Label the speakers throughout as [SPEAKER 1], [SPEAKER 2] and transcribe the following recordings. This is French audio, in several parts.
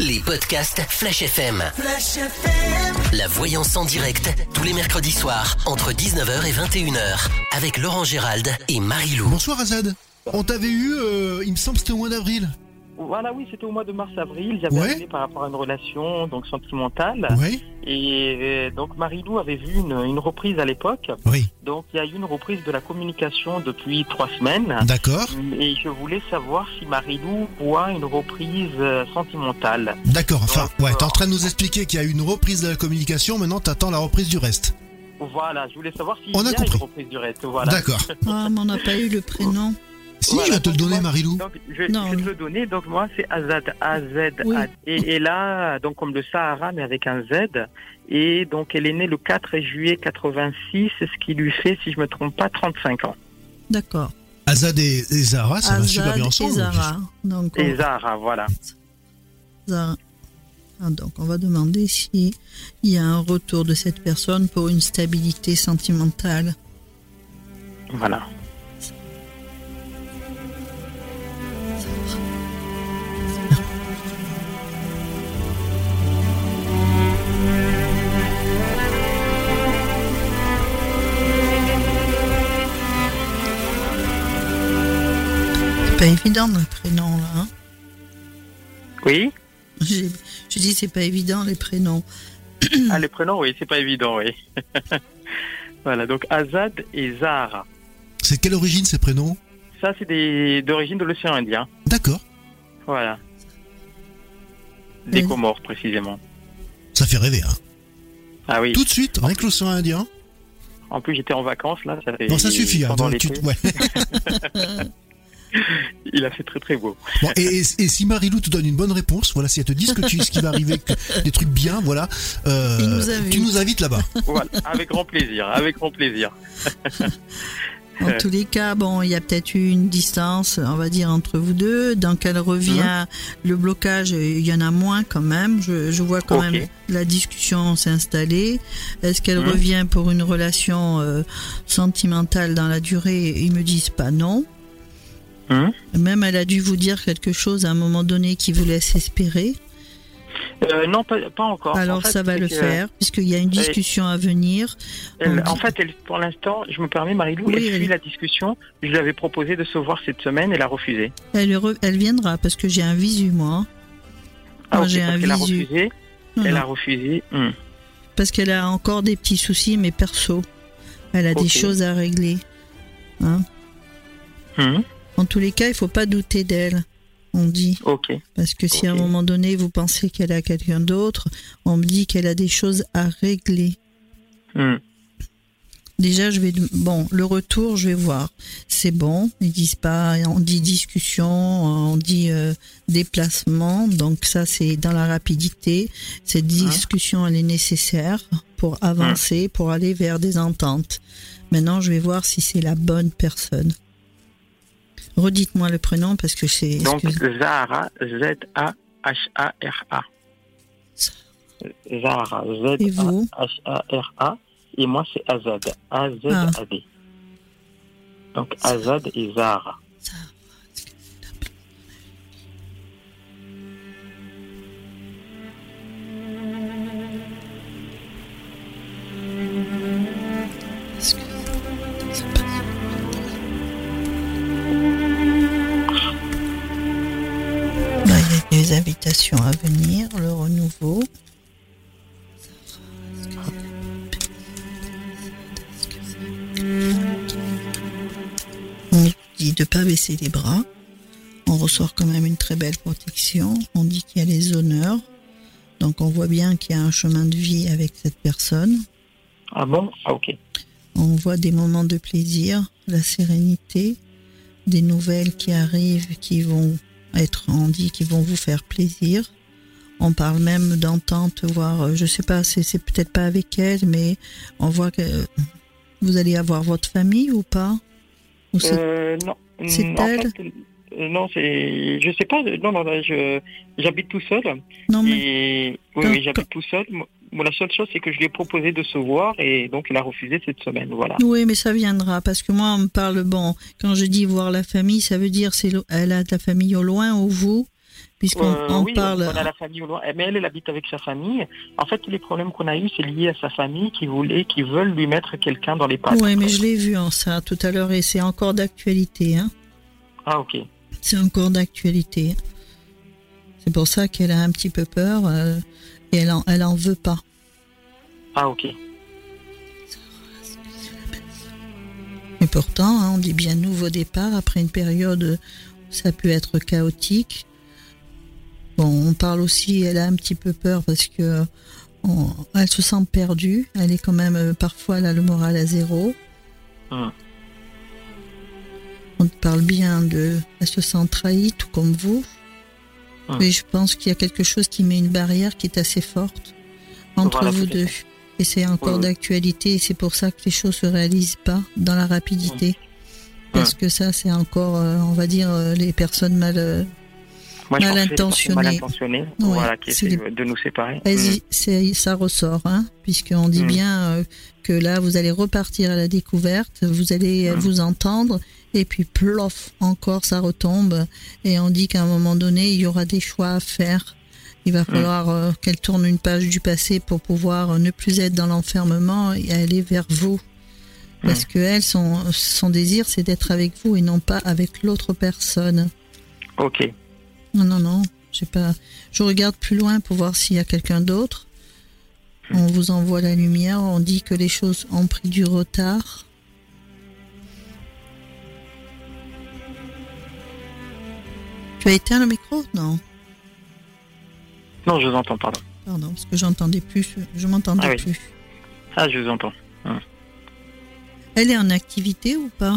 [SPEAKER 1] les podcasts Flash FM. La voyance en direct, tous les mercredis soirs, entre 19h et 21h, avec Laurent Gérald et Marie-Lou.
[SPEAKER 2] Bonsoir Azad. On t'avait eu, euh, il me semble que c'était au mois d'avril.
[SPEAKER 3] Voilà, oui, c'était au mois de mars-avril. J'avais
[SPEAKER 2] Ouais.
[SPEAKER 3] appelé par rapport à une relation donc sentimentale.
[SPEAKER 2] Oui.
[SPEAKER 3] Et euh, donc Marie-Lou avait vu une, une reprise à l'époque.
[SPEAKER 2] Oui.
[SPEAKER 3] Donc il y a eu une reprise de la communication depuis trois semaines.
[SPEAKER 2] D'accord.
[SPEAKER 3] Et je voulais savoir si Marie-Lou voit une reprise euh, sentimentale.
[SPEAKER 2] D'accord. Enfin, ouais, t'es en train de nous expliquer qu'il y a eu une reprise de la communication, maintenant t'attends la reprise du reste.
[SPEAKER 3] Voilà, je voulais savoir si
[SPEAKER 2] On
[SPEAKER 3] il
[SPEAKER 2] a
[SPEAKER 3] y a une
[SPEAKER 2] compris.
[SPEAKER 3] reprise du reste. Voilà.
[SPEAKER 2] D'accord.
[SPEAKER 4] Ah, mais on n'a pas eu le prénom.
[SPEAKER 2] Si,
[SPEAKER 3] Voilà.
[SPEAKER 2] je vais te le donner, Marilou.
[SPEAKER 3] Donc, je,
[SPEAKER 4] Non,
[SPEAKER 3] je vais te
[SPEAKER 4] oui.
[SPEAKER 3] le donner. Donc, moi, c'est Azad, a z
[SPEAKER 4] Oui.
[SPEAKER 3] Et, et là, donc, comme le Sahara, mais avec un Z. Et donc, elle est née le 4 juillet 86, ce qui lui fait, si je me trompe pas, 35 ans.
[SPEAKER 4] D'accord.
[SPEAKER 2] Azad et, et Zahra, ça va super
[SPEAKER 4] Azad
[SPEAKER 2] bien
[SPEAKER 4] et
[SPEAKER 2] ensemble.
[SPEAKER 4] Zara. Donc,
[SPEAKER 3] Et
[SPEAKER 4] on...
[SPEAKER 3] Zahra, voilà.
[SPEAKER 4] Zara. Ah, donc, on va demander si il y a un retour de cette personne pour une stabilité sentimentale.
[SPEAKER 3] Voilà.
[SPEAKER 4] C'est pas évident le prénom là. hein.
[SPEAKER 3] Oui
[SPEAKER 4] J'ai- Je dis c'est pas évident les prénoms.
[SPEAKER 3] Ah, les prénoms, oui, c'est pas évident, oui. voilà, donc Azad et Zahra.
[SPEAKER 2] C'est de quelle origine ces prénoms
[SPEAKER 3] Ça, c'est des- d'origine de l'océan Indien.
[SPEAKER 2] D'accord.
[SPEAKER 3] Voilà. Des
[SPEAKER 4] Oui.
[SPEAKER 3] Comores, précisément.
[SPEAKER 2] Ça fait rêver, hein.
[SPEAKER 3] Ah oui.
[SPEAKER 2] Tout de suite, rien que l'océan Indien.
[SPEAKER 3] En plus, j'étais en vacances, là. Ça fait
[SPEAKER 2] Bon, ça suffit, hein.
[SPEAKER 3] pendant
[SPEAKER 2] donc tu-
[SPEAKER 3] l'été,
[SPEAKER 2] ouais.
[SPEAKER 3] Il a fait très, très beau.
[SPEAKER 2] Bon, et, et, et si Marilou te donne une bonne réponse, voilà, si elle te dit ce, que tu, ce qui va arriver, que- des trucs bien, voilà, euh,
[SPEAKER 4] Il nous invite.
[SPEAKER 2] tu nous invites là-bas.
[SPEAKER 3] Voilà, avec grand plaisir, avec grand plaisir.
[SPEAKER 4] En
[SPEAKER 3] Ouais.
[SPEAKER 4] tous les cas, bon, il y a peut-être eu une distance, on va dire, entre vous deux. Dans qu'elle
[SPEAKER 3] Hein?
[SPEAKER 4] revient, le blocage, il y en a moins quand même. Je, je vois quand
[SPEAKER 3] Ok.
[SPEAKER 4] même la discussion s'installer. Est-ce qu'elle
[SPEAKER 3] Mhm.
[SPEAKER 4] revient pour une relation euh, sentimentale dans la durée Ils me disent pas non.
[SPEAKER 3] Mhm.
[SPEAKER 4] Même elle a dû vous dire quelque chose à un moment donné qui vous laisse espérer.
[SPEAKER 3] Euh, non, pas, pas encore.
[SPEAKER 4] Alors
[SPEAKER 3] En fait,
[SPEAKER 4] ça va
[SPEAKER 3] c'est
[SPEAKER 4] le
[SPEAKER 3] que
[SPEAKER 4] faire, puisqu'il y a une
[SPEAKER 3] elle-
[SPEAKER 4] discussion à venir.
[SPEAKER 3] elle-
[SPEAKER 4] On
[SPEAKER 3] en
[SPEAKER 4] dit-
[SPEAKER 3] fait, elle, pour l'instant, je me permets, Marie-Lou,
[SPEAKER 4] Oui,
[SPEAKER 3] elle suit
[SPEAKER 4] elle-
[SPEAKER 3] la discussion. Je lui avais proposé de se voir cette semaine, elle a refusé.
[SPEAKER 4] Elle, re- elle viendra parce que j'ai un visu moi. Moi,
[SPEAKER 3] Ah, ok,
[SPEAKER 4] Ah, j'ai
[SPEAKER 3] parce
[SPEAKER 4] un
[SPEAKER 3] qu'elle a
[SPEAKER 4] visu.
[SPEAKER 3] refusé.
[SPEAKER 4] Non,
[SPEAKER 3] Elle
[SPEAKER 4] non.
[SPEAKER 3] a refusé. Hmm.
[SPEAKER 4] parce qu'elle a encore des petits soucis, mais perso. Elle a
[SPEAKER 3] Ok.
[SPEAKER 4] des choses à régler.
[SPEAKER 3] Hmm.
[SPEAKER 4] En tous les cas, il faut pas douter d'elle, on dit.
[SPEAKER 3] Ok.
[SPEAKER 4] Parce que si à un
[SPEAKER 3] Ok.
[SPEAKER 4] moment donné, vous pensez qu'elle a quelqu'un d'autre, on me dit qu'elle a des choses à régler.
[SPEAKER 3] Hmm.
[SPEAKER 4] Déjà, je vais... dem- Bon, le retour, je vais voir. C'est bon, ils disent pas... On dit discussion, on dit euh, déplacement. Donc ça, c'est dans la rapidité. Cette discussion, elle est nécessaire pour avancer, pour aller vers des ententes. Maintenant, je vais voir si c'est la bonne personne. Redites-moi le prénom parce que c'est...
[SPEAKER 3] Donc,
[SPEAKER 4] excuse-
[SPEAKER 3] Zahara, Z-A-H-A-R-A. Zahara,
[SPEAKER 4] Et vous
[SPEAKER 3] Z-A-H-A-R-A. Et moi, c'est Azad.
[SPEAKER 4] Ah.
[SPEAKER 3] A-Z-A-D. Donc, Azad et Zahara.
[SPEAKER 4] Bah, Là, il y a des invitations à venir, le renouveau. On nous dit de ne pas baisser les bras. On ressort quand même une très belle protection. On dit qu'il y a les honneurs. Donc on voit bien qu'il y a un chemin de vie avec cette personne.
[SPEAKER 3] Ah bon Ah, ok.
[SPEAKER 4] On voit des moments de plaisir, la sérénité, des nouvelles qui arrivent, qui vont être en dit, qui vont vous faire plaisir. On parle même d'entente, voire, euh, je sais pas, c'est c'est peut-être pas avec elle, mais on voit que euh, vous allez avoir votre famille ou pas Ou c'est-
[SPEAKER 3] Euh, non.
[SPEAKER 4] c'est
[SPEAKER 3] Mm, en
[SPEAKER 4] elle
[SPEAKER 3] fait, euh, Non, c'est. Je sais pas. euh, Non, non, non, je j'habite tout seul.
[SPEAKER 4] Non, Oh, mais
[SPEAKER 3] Et oui,
[SPEAKER 4] Quand-
[SPEAKER 3] oui, j'habite tout seul. Moi, la seule chose, c'est que je lui ai proposé de se voir et donc il a refusé cette semaine. Voilà.
[SPEAKER 4] oui, mais ça viendra parce que moi, on me parle bon. Quand je dis voir la famille, ça veut dire c'est lo- elle a de la famille au loin ou vous, puisqu'on
[SPEAKER 3] Euh,
[SPEAKER 4] en
[SPEAKER 3] oui,
[SPEAKER 4] parle.
[SPEAKER 3] on a la famille au loin. Eh, Mais elle, elle habite avec sa famille. En fait, tous les problèmes qu'on a eus, c'est lié à sa famille qui voulait, qui veulent lui mettre quelqu'un dans les pattes.
[SPEAKER 4] ouais, mais je l'ai vu en ça tout à l'heure et c'est encore d'actualité. Hein.
[SPEAKER 3] Ah, ok.
[SPEAKER 4] C'est encore d'actualité. C'est pour ça qu'elle a un petit peu peur euh, et elle en, elle en veut pas.
[SPEAKER 3] Ah, ok.
[SPEAKER 4] Mais pourtant, hein, on dit bien nouveau départ après une période où ça a pu être chaotique. Bon, on parle aussi, elle a un petit peu peur parce que on- elle se sent perdue. Elle est quand même euh, parfois là le moral à zéro.
[SPEAKER 3] Hmm.
[SPEAKER 4] On parle bien de, elle se sent trahie, tout comme vous.
[SPEAKER 3] Hmm.
[SPEAKER 4] Mais je pense qu'il y a quelque chose qui met une barrière qui est assez forte entre
[SPEAKER 3] Voilà,
[SPEAKER 4] vous
[SPEAKER 3] tout à
[SPEAKER 4] deux. Et c'est encore
[SPEAKER 3] Oui, oui.
[SPEAKER 4] d'actualité et c'est pour ça que les choses se réalisent pas dans la rapidité. Parce que ça, c'est encore, euh, on va dire, euh, les personnes mal. euh,
[SPEAKER 3] Moi, je
[SPEAKER 4] Mal
[SPEAKER 3] pense que c'est parce que mal
[SPEAKER 4] intentionné.
[SPEAKER 3] intentionné.
[SPEAKER 4] Ouais,
[SPEAKER 3] voilà, qui
[SPEAKER 4] c'est
[SPEAKER 3] essaie de nous séparer.
[SPEAKER 4] vas-y, c'est- ça ressort, hein, puisqu'on dit
[SPEAKER 3] Mm.
[SPEAKER 4] bien euh, que là, vous allez repartir à la découverte, vous allez euh,
[SPEAKER 3] Mm.
[SPEAKER 4] vous entendre, et puis plof, encore ça retombe, et on dit qu'à un moment donné, il y aura des choix à faire. Il
[SPEAKER 3] Mm.
[SPEAKER 4] va falloir euh, qu'elle tourne une page du passé pour pouvoir euh, ne plus être dans l'enfermement et aller vers vous.
[SPEAKER 3] Mm.
[SPEAKER 4] Parce que elle, son, son désir, c'est d'être avec vous et non pas avec l'autre personne.
[SPEAKER 3] Mm. Ok.
[SPEAKER 4] Non, non, non. J'ai pas. Je regarde plus loin pour voir s'il y a quelqu'un d'autre. On vous envoie la lumière. On dit que les choses ont pris du retard. Tu as éteint le micro Non.
[SPEAKER 3] Non, je vous entends, pardon.
[SPEAKER 4] Pardon, parce que j'entendais plus. Je m'entendais
[SPEAKER 3] Ah oui.
[SPEAKER 4] plus.
[SPEAKER 3] Ah, je vous entends.
[SPEAKER 4] Elle est en activité ou pas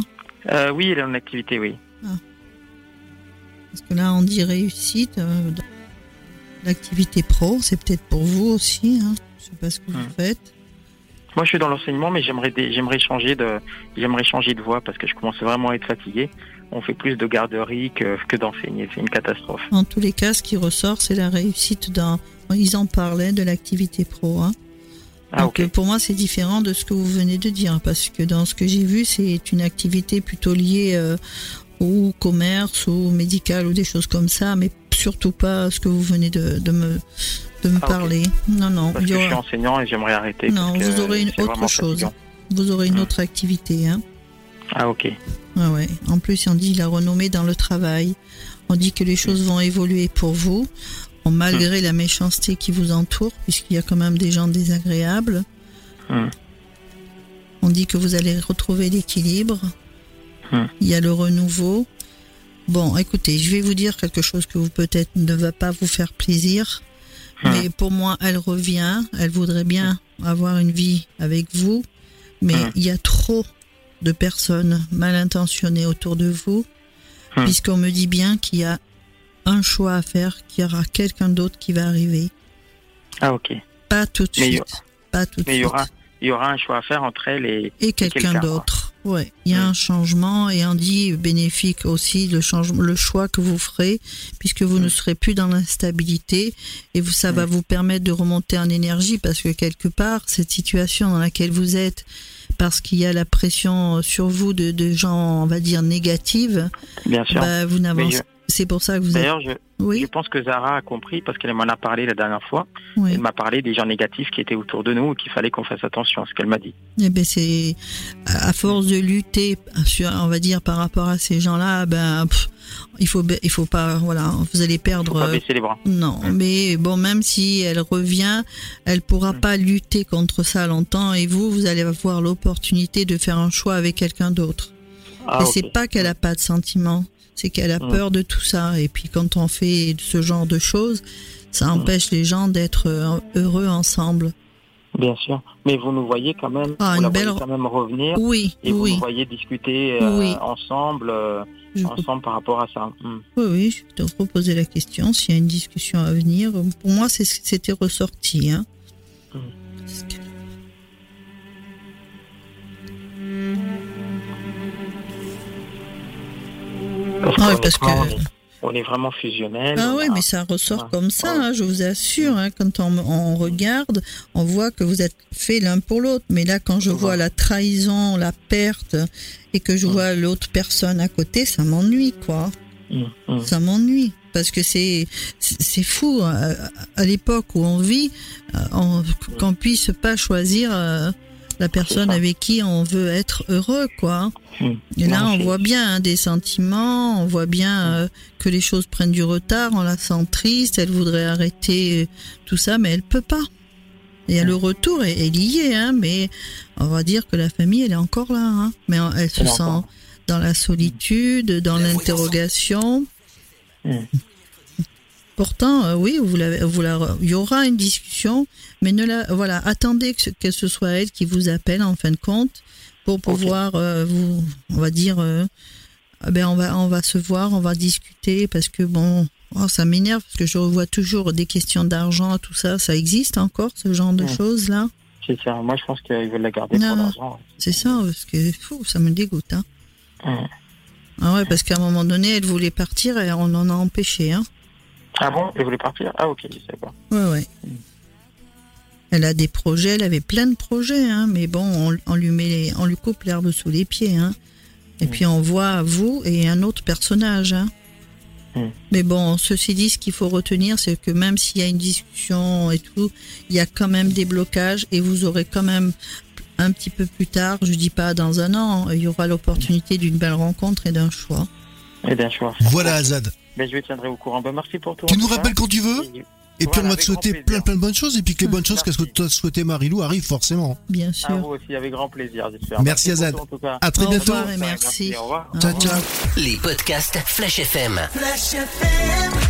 [SPEAKER 3] Euh, oui, elle est en activité, oui.
[SPEAKER 4] Parce que là, on dit réussite. euh, dans L'activité pro, c'est peut-être pour vous aussi. Hein. Je sais pas ce que vous
[SPEAKER 3] Mm.
[SPEAKER 4] faites.
[SPEAKER 3] Moi, je suis dans l'enseignement, mais j'aimerais des- j'aimerais changer de j'aimerais changer de voie parce que je commence vraiment à être fatigué. On fait plus de garderie que, que d'enseigner. C'est une catastrophe.
[SPEAKER 4] En tous les cas, ce qui ressort, c'est la réussite d'un. Ils en parlaient de l'activité pro. hein.
[SPEAKER 3] Ah,
[SPEAKER 4] Donc
[SPEAKER 3] ok.
[SPEAKER 4] euh, pour moi, c'est différent de ce que vous venez de dire, parce que dans ce que j'ai vu, c'est une activité plutôt liée euh, au commerce, au médical ou des choses comme ça, mais surtout pas ce que vous venez de, de me, de me
[SPEAKER 3] Ah, ok.
[SPEAKER 4] parler. Non, non,
[SPEAKER 3] Parce
[SPEAKER 4] il y
[SPEAKER 3] que je suis
[SPEAKER 4] aura-
[SPEAKER 3] enseignant et j'aimerais arrêter.
[SPEAKER 4] Non,
[SPEAKER 3] parce que
[SPEAKER 4] vous aurez une
[SPEAKER 3] c'est
[SPEAKER 4] autre
[SPEAKER 3] vraiment
[SPEAKER 4] chose.
[SPEAKER 3] fatigant.
[SPEAKER 4] vous aurez une
[SPEAKER 3] Hmm.
[SPEAKER 4] autre activité. Hein.
[SPEAKER 3] Ah, ok.
[SPEAKER 4] Ouais, ouais. En plus, on dit la renommée dans le travail. On dit que les choses vont évoluer pour vous, bon, malgré la méchanceté qui vous entoure, puisqu'il y a quand même des gens désagréables.
[SPEAKER 3] Mm.
[SPEAKER 4] On dit que vous allez retrouver l'équilibre.
[SPEAKER 3] Mm.
[SPEAKER 4] Il y a le renouveau. Bon, écoutez, je vais vous dire quelque chose que vous peut-être ne va pas vous faire plaisir.
[SPEAKER 3] Mm.
[SPEAKER 4] Mais pour moi, elle revient. Elle voudrait bien avoir une vie avec vous. Mais
[SPEAKER 3] Mm.
[SPEAKER 4] il y a trop de personnes mal intentionnées autour de vous,
[SPEAKER 3] Hmm.
[SPEAKER 4] puisqu'on me dit bien qu'il y a un choix à faire, qu'il y aura quelqu'un d'autre qui va arriver.
[SPEAKER 3] Ah, ok.
[SPEAKER 4] Pas tout de
[SPEAKER 3] Mais il y
[SPEAKER 4] suite. Pas tout de
[SPEAKER 3] Mais il y
[SPEAKER 4] suite.
[SPEAKER 3] aura il y aura un choix à faire entre elle et
[SPEAKER 4] Et quelqu'un
[SPEAKER 3] quelqu'un,
[SPEAKER 4] d'autre. Ouais. Il y a
[SPEAKER 3] Hmm.
[SPEAKER 4] un changement et on dit bénéfique aussi le changement, le choix que vous ferez, puisque vous
[SPEAKER 3] Hmm.
[SPEAKER 4] ne serez plus dans l'instabilité et vous, ça va vous permettre de remonter en énergie parce que quelque part, cette situation dans laquelle vous êtes, parce qu'il y a la pression sur vous de, de gens, on va dire, négatives,
[SPEAKER 3] bien sûr.
[SPEAKER 4] Bah, vous n'avancez.
[SPEAKER 3] je-
[SPEAKER 4] C'est pour ça que vous êtes.
[SPEAKER 3] euh, D'ailleurs, je, je
[SPEAKER 4] Oui,
[SPEAKER 3] pense que Zara a compris parce qu'elle m'en a parlé la dernière fois.
[SPEAKER 4] oui.
[SPEAKER 3] Elle m'a parlé des gens négatifs qui étaient autour de nous et qu'il fallait qu'on fasse attention à ce qu'elle m'a dit.
[SPEAKER 4] Eh ben c'est à à force de lutter hein, sur, on va dire, par rapport à ces gens-là, ben pff, il faut, il faut pas, voilà, vous allez
[SPEAKER 3] Faut
[SPEAKER 4] perdre.
[SPEAKER 3] pas
[SPEAKER 4] euh,
[SPEAKER 3] baisser les bras.
[SPEAKER 4] Non, mais bon, même si elle revient, elle pourra pas lutter contre ça longtemps. Et vous, vous allez avoir l'opportunité de faire un choix avec quelqu'un d'autre.
[SPEAKER 3] Ah,
[SPEAKER 4] et
[SPEAKER 3] ok.
[SPEAKER 4] c'est pas qu'elle a pas de sentiments, c'est qu'elle a
[SPEAKER 3] Mm.
[SPEAKER 4] peur de tout ça. Et puis quand on fait ce genre de choses, ça empêche les gens d'être euh, heureux ensemble.
[SPEAKER 3] Bien sûr. Mais vous nous voyez quand même,
[SPEAKER 4] Ah,
[SPEAKER 3] vous la
[SPEAKER 4] une belle-
[SPEAKER 3] voyez quand même revenir
[SPEAKER 4] Oui,
[SPEAKER 3] et vous
[SPEAKER 4] oui,
[SPEAKER 3] nous voyez discuter euh,
[SPEAKER 4] Oui.
[SPEAKER 3] ensemble, euh,
[SPEAKER 4] je-
[SPEAKER 3] ensemble par rapport à ça. Hmm.
[SPEAKER 4] oui, oui, je vais te reposer la question s'il y a une discussion à venir. Pour moi, c'est ce qui s'était ressorti. Hein.
[SPEAKER 3] Mm.
[SPEAKER 4] Ah, parce que-
[SPEAKER 3] honnêtement, on, est, on est vraiment fusionnel.
[SPEAKER 4] Ah
[SPEAKER 3] on
[SPEAKER 4] oui,
[SPEAKER 3] a-
[SPEAKER 4] mais ça ressort
[SPEAKER 3] Ouais.
[SPEAKER 4] comme ça,
[SPEAKER 3] Ouais.
[SPEAKER 4] hein, je vous assure. hein, quand on, on regarde, on voit que vous êtes faits l'un pour l'autre. Mais là, quand je vois
[SPEAKER 3] Ouais. Hmm.
[SPEAKER 4] la trahison, la perte, et que je
[SPEAKER 3] Ouais.
[SPEAKER 4] vois l'autre personne à côté, ça m'ennuie, quoi.
[SPEAKER 3] Hmm, hmm.
[SPEAKER 4] Ça m'ennuie. parce que c'est c'est fou euh, à l'époque où on vit euh, on- qu'on puisse pas choisir euh, la personne
[SPEAKER 3] ça.
[SPEAKER 4] avec qui on veut être heureux quoi.
[SPEAKER 3] Mm.
[SPEAKER 4] Et là
[SPEAKER 3] Non,
[SPEAKER 4] on
[SPEAKER 3] c'est- Mmh.
[SPEAKER 4] voit bien hein, des sentiments, on voit bien euh, que les choses prennent du retard, on la sent triste, elle voudrait arrêter euh, tout ça mais elle peut pas. Et le retour est, est lié hein, mais on va dire que la famille elle est encore là hein, mais euh, elle se
[SPEAKER 3] Elle est
[SPEAKER 4] sent
[SPEAKER 3] encore
[SPEAKER 4] dans la solitude, dans l'interrogation. Hmm.
[SPEAKER 3] Mm.
[SPEAKER 4] Pourtant, euh, oui, vous l'avez- vous la, il y aura une discussion, mais ne la, voilà, attendez que, ce- que ce soit elle qui vous appelle en fin de compte pour pouvoir euh, vous, on va dire, euh, ah ben on va, on va se voir, on va discuter parce que bon, oh, ça m'énerve parce que je revois toujours des questions d'argent, tout ça, ça existe encore ce genre de
[SPEAKER 3] Mm.
[SPEAKER 4] choses là.
[SPEAKER 3] c'est ça. Moi, je pense qu'ils veulent la garder
[SPEAKER 4] Non.
[SPEAKER 3] pour l'argent.
[SPEAKER 4] C'est ça, parce que fou, ça me dégoûte. Hein.
[SPEAKER 3] Ouais.
[SPEAKER 4] Ah ouais, parce qu'à un moment donné, elle voulait partir et on en a empêché. Hein.
[SPEAKER 3] Ah bon Ils voulaient partir Ah, ok, je sais pas.
[SPEAKER 4] Ouais, ouais. Elle a des projets, elle avait plein de projets, hein, mais bon, on, on lui met les- on lui coupe l'herbe sous les pieds. Hein. Et puis on voit vous et un autre personnage. Hein.
[SPEAKER 3] Mm.
[SPEAKER 4] Mais bon, ceci dit, ce qu'il faut retenir, c'est que même s'il y a une discussion et tout, il y a quand même des blocages et vous aurez quand même un petit peu plus tard, je dis pas dans un an, il y aura l'opportunité d'une belle rencontre et d'un choix.
[SPEAKER 3] Eh bien, je vois.
[SPEAKER 2] Voilà, Azad.
[SPEAKER 3] Mais je vous tiendrai au courant. Ben, merci pour tout.
[SPEAKER 2] Tu
[SPEAKER 3] en
[SPEAKER 2] nous
[SPEAKER 3] tout cas.
[SPEAKER 2] rappelles quand tu veux
[SPEAKER 3] Et-
[SPEAKER 2] et puis
[SPEAKER 3] Voilà,
[SPEAKER 2] on va
[SPEAKER 3] avec
[SPEAKER 2] te souhaiter
[SPEAKER 3] grand plaisir.
[SPEAKER 2] plein plein de bonnes choses et puis que les bonnes choses qu'est-ce
[SPEAKER 3] Merci.
[SPEAKER 2] que toi te souhaitais Marilou arrivent forcément.
[SPEAKER 4] Bien
[SPEAKER 3] À
[SPEAKER 4] sûr.
[SPEAKER 3] vous aussi, avec grand plaisir, j'espère.
[SPEAKER 2] Merci,
[SPEAKER 3] pour
[SPEAKER 2] Azad.
[SPEAKER 3] tout, en tout cas.
[SPEAKER 2] À très
[SPEAKER 4] Au
[SPEAKER 2] bientôt.
[SPEAKER 4] revoir et merci.
[SPEAKER 3] Au revoir.
[SPEAKER 4] Au
[SPEAKER 2] Ciao
[SPEAKER 4] revoir.
[SPEAKER 2] ciao.
[SPEAKER 1] Les podcasts Flash FM.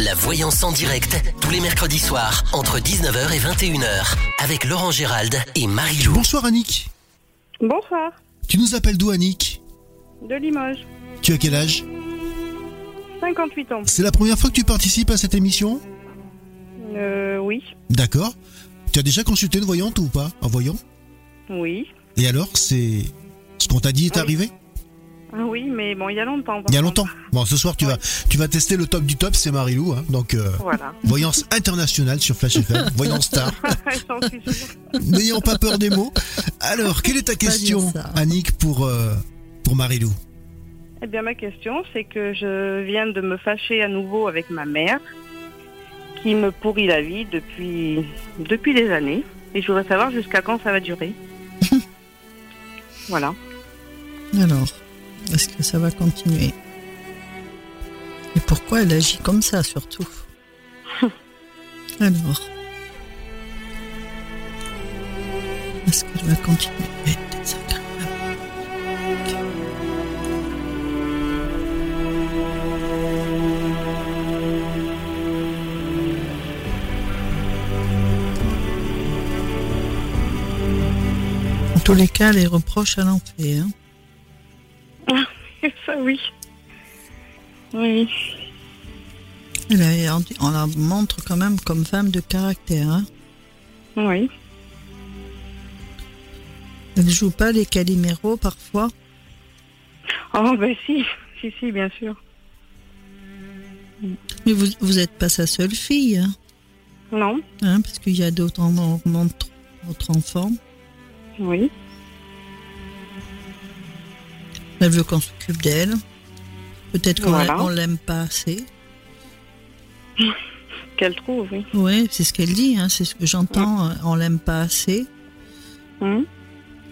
[SPEAKER 1] La voyance en direct, tous les mercredis soirs, entre 19h et 21h, avec Laurent Gérald et Marie-Lou.
[SPEAKER 2] Bonsoir Annick.
[SPEAKER 5] Bonsoir,
[SPEAKER 2] Tu nous appelles d'où Annick
[SPEAKER 5] de Limoges,
[SPEAKER 2] Tu as quel âge
[SPEAKER 5] 58 ans.
[SPEAKER 2] C'est la première fois que tu participes à cette émission
[SPEAKER 5] Euh, oui,
[SPEAKER 2] D'accord. Tu as déjà consulté une voyante ou pas Un voyant
[SPEAKER 5] oui,
[SPEAKER 2] Et alors, c'est ce qu'on t'a dit est
[SPEAKER 5] Oui.
[SPEAKER 2] arrivé
[SPEAKER 5] Ah oui, mais bon, il y a longtemps. par
[SPEAKER 2] Il y a
[SPEAKER 5] contre.
[SPEAKER 2] longtemps. Bon, ce soir tu vas tu vas tester le top du top, c'est Marilou hein. Donc euh,
[SPEAKER 5] Voilà,
[SPEAKER 2] voyance internationale sur Flash FM, voyance star.
[SPEAKER 5] j'en suis sûre.
[SPEAKER 2] N'ayant pas peur des mots. Alors, quelle est ta
[SPEAKER 4] dire
[SPEAKER 2] question
[SPEAKER 4] ça.
[SPEAKER 2] Annick pour euh, pour Marilou
[SPEAKER 5] Eh bien, ma question, c'est que je viens de me fâcher à nouveau avec ma mère, qui me pourrit la vie depuis, depuis des années. Et je voudrais savoir jusqu'à quand ça va durer. voilà.
[SPEAKER 4] Alors, est-ce que ça va continuer Et pourquoi elle agit comme ça surtout Alors, est-ce qu'elle va continuer à être désagréable En tous les cas, les reproches à l'en fait. Hein.
[SPEAKER 5] ça, oui. Oui.
[SPEAKER 4] Elle a- on- on la montre quand même comme femme de caractère. hein.
[SPEAKER 5] Oui.
[SPEAKER 4] Elle joue pas les caliméros parfois.
[SPEAKER 5] Oh, ben si, si, si, bien sûr.
[SPEAKER 4] Mais vous, vous êtes pas sa seule fille, hein,
[SPEAKER 5] Non.
[SPEAKER 4] hein, parce qu'il y a d'autres en- en- entre- autres enfants.
[SPEAKER 5] Oui.
[SPEAKER 4] Elle veut qu'on s'occupe d'elle. Peut-être qu'on
[SPEAKER 5] Voilà.
[SPEAKER 4] l'a- on l'aime pas assez.
[SPEAKER 5] Qu'elle trouve, oui.
[SPEAKER 4] Oui, c'est ce qu'elle dit, hein, c'est ce que j'entends. euh, On l'aime pas assez.
[SPEAKER 5] Hum.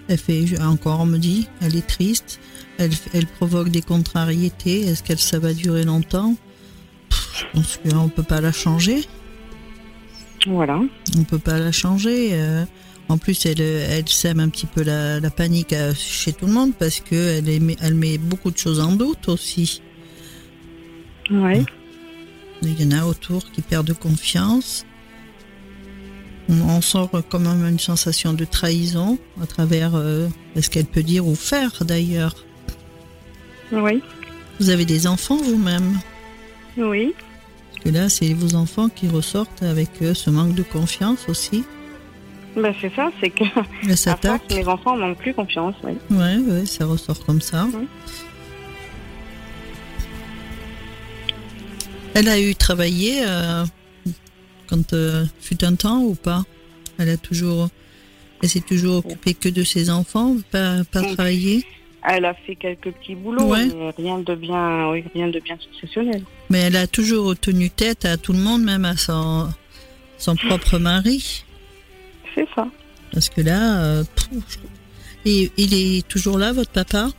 [SPEAKER 4] Elle fait je- encore, on me dit, elle est triste. Elle, elle provoque des contrariétés. Est-ce qu'elle ça va durer longtemps Pff, Je pense qu'on peut pas la changer.
[SPEAKER 5] Voilà.
[SPEAKER 4] on peut pas la changer. euh. en plus, elle, euh, elle sème un petit peu la, la panique euh, chez tout le monde parce que elle, émet- elle met beaucoup de choses en doute aussi.
[SPEAKER 5] Oui.
[SPEAKER 4] Il y en a autour qui perdent confiance. On, on sort quand même une sensation de trahison à travers euh, ce qu'elle peut dire ou faire d'ailleurs.
[SPEAKER 5] Oui.
[SPEAKER 4] Vous avez des enfants vous-même
[SPEAKER 5] Oui.
[SPEAKER 4] Parce que là, c'est vos enfants qui ressortent avec euh, ce manque de confiance aussi.
[SPEAKER 5] Ben, c'est ça, c'est que
[SPEAKER 4] Elles
[SPEAKER 5] à force,
[SPEAKER 4] s'attaquent.
[SPEAKER 5] mes enfants n'ont plus confiance. Oui.
[SPEAKER 4] Ouais, ouais, ça ressort comme ça.
[SPEAKER 5] Oui.
[SPEAKER 4] Elle a eu travaillé euh, quand euh, fut un temps ou pas Elle a toujours, elle s'est toujours occupée que de ses enfants, pas, pas
[SPEAKER 5] Oui.
[SPEAKER 4] travaillé.
[SPEAKER 6] Elle a fait quelques petits boulots,
[SPEAKER 4] Ouais.
[SPEAKER 6] mais rien de bien, oui, rien de bien successionnel.
[SPEAKER 4] Mais elle a toujours tenu tête à tout le monde, même à son, son propre mari.
[SPEAKER 6] C'est ça.
[SPEAKER 4] Parce que là, euh, pff, je- et il est toujours là, votre papa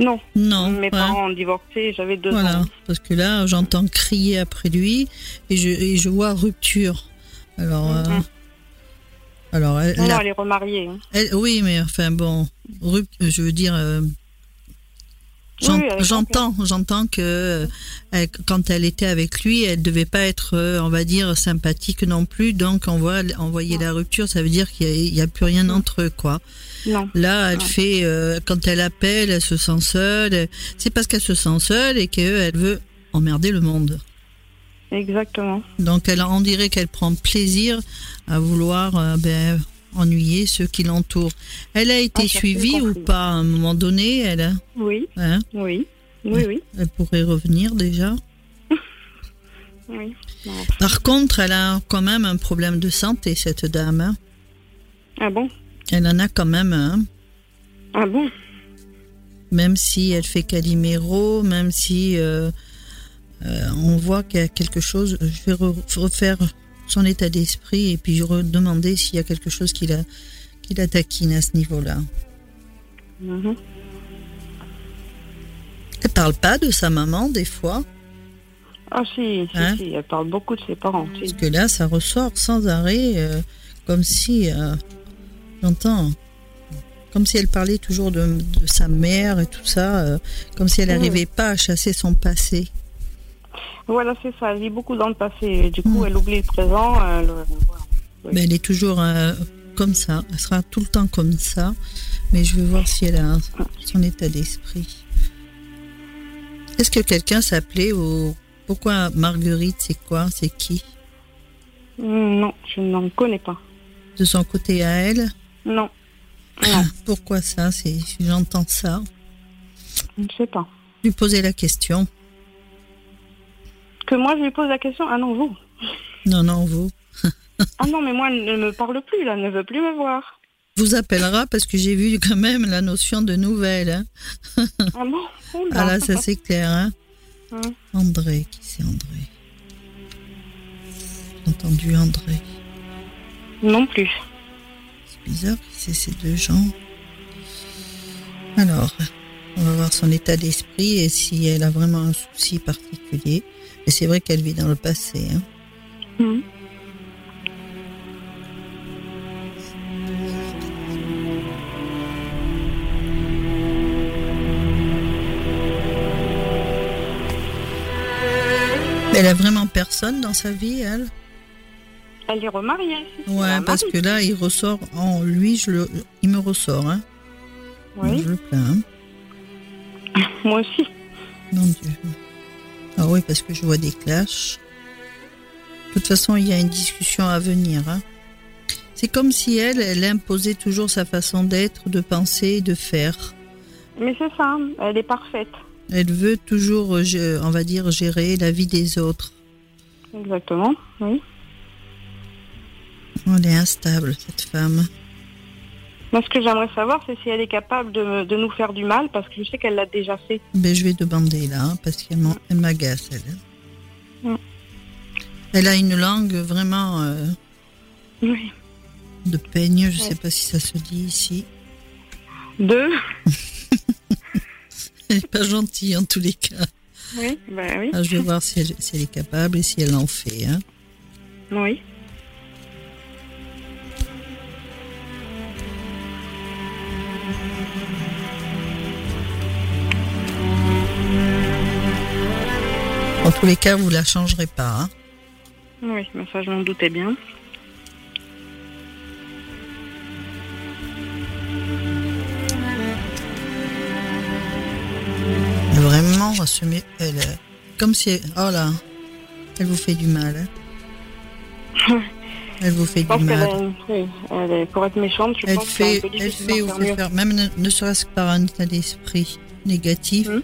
[SPEAKER 6] Non,
[SPEAKER 4] Non.
[SPEAKER 6] mes
[SPEAKER 4] Oh, ouais.
[SPEAKER 6] parents ont divorcé, j'avais deux
[SPEAKER 4] Voilà,
[SPEAKER 6] ans.
[SPEAKER 4] parce que là, j'entends crier après lui et je, et je vois rupture. Alors, euh,
[SPEAKER 6] Mhm.
[SPEAKER 4] alors elle-
[SPEAKER 6] Non,
[SPEAKER 4] elle a-
[SPEAKER 6] non, elle est remariée. hein.
[SPEAKER 4] elle- oui, mais enfin bon, rupt- je veux dire, euh, j'en-
[SPEAKER 6] Oui, oui, elle est
[SPEAKER 4] j'entends, j'entends que euh, elle- quand elle était avec lui, elle devait pas être, euh, on va dire, sympathique non plus. Donc on voit, on voyait la rupture, ça veut dire qu'il y a- il y a, plus rien entre eux, quoi.
[SPEAKER 6] Non.
[SPEAKER 4] Là, elle
[SPEAKER 6] Ouais.
[SPEAKER 4] fait, euh, quand elle appelle, elle se sent seule. C'est parce qu'elle se sent seule et qu'elle veut emmerder le monde.
[SPEAKER 6] Exactement.
[SPEAKER 4] Donc elle, on dirait qu'elle prend plaisir à vouloir euh, ben, ennuyer ceux qui l'entourent. Elle a été
[SPEAKER 6] Ah, ça, j'ai
[SPEAKER 4] suivie ou
[SPEAKER 6] compris.
[SPEAKER 4] pas à un moment donné Elle,
[SPEAKER 6] Oui,
[SPEAKER 4] hein,
[SPEAKER 6] oui, oui, oui.
[SPEAKER 4] elle pourrait revenir déjà.
[SPEAKER 6] oui.
[SPEAKER 4] Par contre, elle a quand même un problème de santé, cette dame. hein.
[SPEAKER 6] Ah bon
[SPEAKER 4] Elle en a quand même un.
[SPEAKER 6] Ah bon
[SPEAKER 4] Même si elle fait Calimero, même si euh, euh, on voit qu'il y a quelque chose, je vais re- refaire son état d'esprit et puis je redemander s'il y a quelque chose qui la, qui la taquine à ce niveau-là.
[SPEAKER 6] Mhm.
[SPEAKER 4] Elle parle pas de sa maman des fois,
[SPEAKER 6] Ah si, si,
[SPEAKER 4] Hein
[SPEAKER 6] si, elle parle beaucoup de ses parents. si.
[SPEAKER 4] parce que là, ça ressort sans arrêt, euh, comme si, euh, j'entends, comme si elle parlait toujours de, de sa mère et tout ça, euh, comme si elle
[SPEAKER 6] Ouais.
[SPEAKER 4] n'arrivait pas à chasser son passé.
[SPEAKER 6] Voilà, c'est ça, elle vit beaucoup dans le passé. et Du coup,
[SPEAKER 4] Mhm.
[SPEAKER 6] elle oublie le présent. elle- voilà. Oui.
[SPEAKER 4] Mais elle est toujours euh, comme ça, elle sera tout le temps comme ça, mais je veux voir si elle a un- son état d'esprit. Est-ce que quelqu'un s'appelait ou pourquoi Marguerite, c'est quoi, c'est qui
[SPEAKER 6] Mm, Non, je n'en connais pas.
[SPEAKER 4] De son côté à elle
[SPEAKER 6] Non, non,
[SPEAKER 4] Pourquoi ça C'est j'entends ça.
[SPEAKER 6] je ne sais pas.
[SPEAKER 4] Lui poser la question.
[SPEAKER 6] Que moi, je lui pose la question. Ah non, vous
[SPEAKER 4] Non, non, vous.
[SPEAKER 6] Ah non, mais moi, elle ne me parle plus, là, elle ne veut plus me voir.
[SPEAKER 4] Vous appellera parce que j'ai vu quand même la notion de nouvelle. hein.
[SPEAKER 6] Ah bon Oula.
[SPEAKER 4] Ah là, ça c'est clair. hein.
[SPEAKER 6] Hum.
[SPEAKER 4] André, qui c'est André J'ai entendu André.
[SPEAKER 6] Non plus.
[SPEAKER 4] C'est bizarre qui c'est ces deux gens. Alors, on va voir son état d'esprit et si elle a vraiment un souci particulier. Mais c'est vrai qu'elle vit dans le passé. hein.
[SPEAKER 6] Mhm.
[SPEAKER 4] Mais elle a vraiment personne dans sa vie, elle
[SPEAKER 6] Elle est remariée. c'est
[SPEAKER 4] Ouais,
[SPEAKER 6] un
[SPEAKER 4] parce
[SPEAKER 6] mari.
[SPEAKER 4] que là, il ressort en lui, je le, il me ressort, hein.
[SPEAKER 6] Oui,
[SPEAKER 4] Je le plains, hein.
[SPEAKER 6] moi aussi.
[SPEAKER 4] Mon Dieu. Ah oui, parce que je vois des clashs. De toute façon, il y a une discussion à venir, hein. C'est comme si elle, elle imposait toujours sa façon d'être, de penser et de faire.
[SPEAKER 6] Mais c'est ça, elle est parfaite.
[SPEAKER 4] Elle veut toujours, euh, je- on va dire, gérer la vie des autres.
[SPEAKER 6] Exactement, oui.
[SPEAKER 4] Elle est instable, cette femme.
[SPEAKER 6] Moi, ce que j'aimerais savoir, c'est si elle est capable de, me- de nous faire du mal, parce que je sais qu'elle l'a déjà fait.
[SPEAKER 4] Ben, je vais demander là, hein, parce qu'elle m'en- elle m'agace, elle. hein.
[SPEAKER 6] Mm.
[SPEAKER 4] Elle a une langue vraiment euh,
[SPEAKER 6] Oui.
[SPEAKER 4] de peigne, je
[SPEAKER 6] Ouais.
[SPEAKER 4] sais pas si ça se dit ici.
[SPEAKER 6] Deux
[SPEAKER 4] Elle est pas gentille en tous les cas.
[SPEAKER 6] Oui, ben oui.
[SPEAKER 4] Ah, je vais voir si elle, si elle est capable et si elle en fait. hein.
[SPEAKER 6] Oui.
[SPEAKER 4] En tous les cas, vous la changerez pas. hein.
[SPEAKER 6] Oui, mais ça, je m'en doutais bien.
[SPEAKER 4] Mais Vraiment, elle se met- elle, euh, comme si, elle- oh là, elle vous fait du mal. hein. Elle vous fait
[SPEAKER 6] Je
[SPEAKER 4] du
[SPEAKER 6] pense qu'elle
[SPEAKER 4] mal.
[SPEAKER 6] a une- oui, elle est, pour être méchante, je
[SPEAKER 4] Elle
[SPEAKER 6] pense que c'est un
[SPEAKER 4] fait,
[SPEAKER 6] peu
[SPEAKER 4] elle
[SPEAKER 6] difficile
[SPEAKER 4] fait
[SPEAKER 6] d'en
[SPEAKER 4] ou
[SPEAKER 6] faire
[SPEAKER 4] fait
[SPEAKER 6] mieux.
[SPEAKER 4] faire, même ne, ne serait-ce que par un état d'esprit négatif.
[SPEAKER 6] Mhm.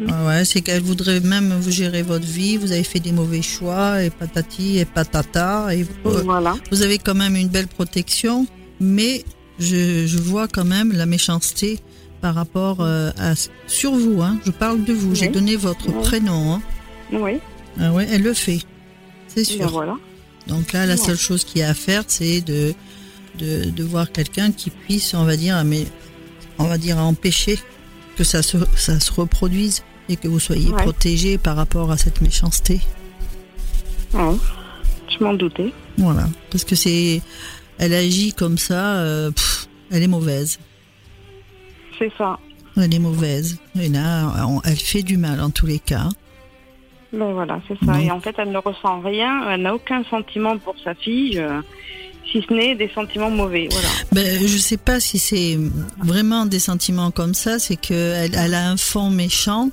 [SPEAKER 6] Mhm.
[SPEAKER 4] Ah ouais, c'est qu'elle voudrait même vous gérer votre vie, vous avez fait des mauvais choix, et patati et patata, et vous,
[SPEAKER 6] Voilà.
[SPEAKER 4] vous avez quand même une belle protection, mais je, je vois quand même la méchanceté par rapport euh, à sur vous. Hein, je parle de vous. J'ai
[SPEAKER 5] Oui.
[SPEAKER 4] donné votre
[SPEAKER 5] Oui.
[SPEAKER 4] prénom. Hein.
[SPEAKER 5] Oui,
[SPEAKER 4] Ah ouais, elle le fait. C'est
[SPEAKER 5] ben
[SPEAKER 4] sûr.
[SPEAKER 5] voilà.
[SPEAKER 4] Donc là, la
[SPEAKER 5] Ouais.
[SPEAKER 4] seule chose qu'il y a à faire, c'est de, de, de voir quelqu'un qui puisse, on va dire, mais on va dire, empêcher que ça se, ça se reproduise et que vous soyez
[SPEAKER 5] Ouais.
[SPEAKER 4] protégé par rapport à cette méchanceté.
[SPEAKER 5] Ouais. Je m'en doutais.
[SPEAKER 4] Voilà, parce que c'est, elle agit comme ça, euh, pff, elle est mauvaise,
[SPEAKER 5] C'est ça.
[SPEAKER 4] elle est mauvaise. Et là, on- elle fait du mal en tous les cas.
[SPEAKER 5] Ben voilà, c'est ça.
[SPEAKER 4] Non.
[SPEAKER 5] Et en fait, elle ne ressent rien. Elle n'a aucun sentiment pour sa fille, euh, si ce n'est des sentiments mauvais. Voilà.
[SPEAKER 4] Ben, je sais pas si c'est vraiment des sentiments comme ça, c'est que elle, elle a un fond méchant,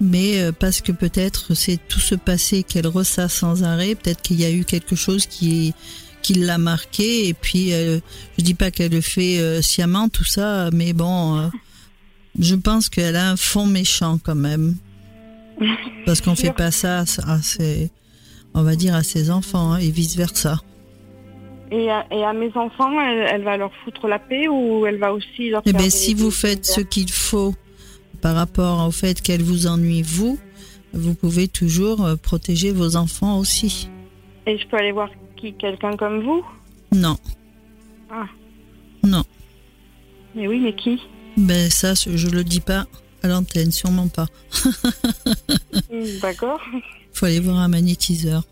[SPEAKER 4] mais euh, parce que peut-être c'est tout ce passé qu'elle ressasse sans arrêt, peut-être qu'il y a eu quelque chose qui qui l'a marqué et puis euh, je dis pas qu'elle le fait euh, sciemment tout ça, mais bon, euh, je pense qu'elle a un fond méchant quand même, parce qu'on fait pas ça à à ses, on va dire à ses enfants hein, et vice versa.
[SPEAKER 5] Et à, et à mes enfants, elle, elle va leur foutre la paix ou elle va aussi leur
[SPEAKER 4] Eh
[SPEAKER 5] faire
[SPEAKER 4] bien,
[SPEAKER 5] des-
[SPEAKER 4] si vous
[SPEAKER 5] des-
[SPEAKER 4] faites
[SPEAKER 5] des-
[SPEAKER 4] ce qu'il faut par rapport au fait qu'elle vous ennuie, vous, vous pouvez toujours euh, protéger vos enfants aussi.
[SPEAKER 5] Et je peux aller voir qui Quelqu'un comme vous
[SPEAKER 4] Non.
[SPEAKER 5] Ah.
[SPEAKER 4] Non.
[SPEAKER 5] Mais oui, mais qui
[SPEAKER 4] Ben, ça, ce- je le dis pas à l'antenne, sûrement pas.
[SPEAKER 5] Hmm, D'accord.
[SPEAKER 4] Faut aller voir un magnétiseur.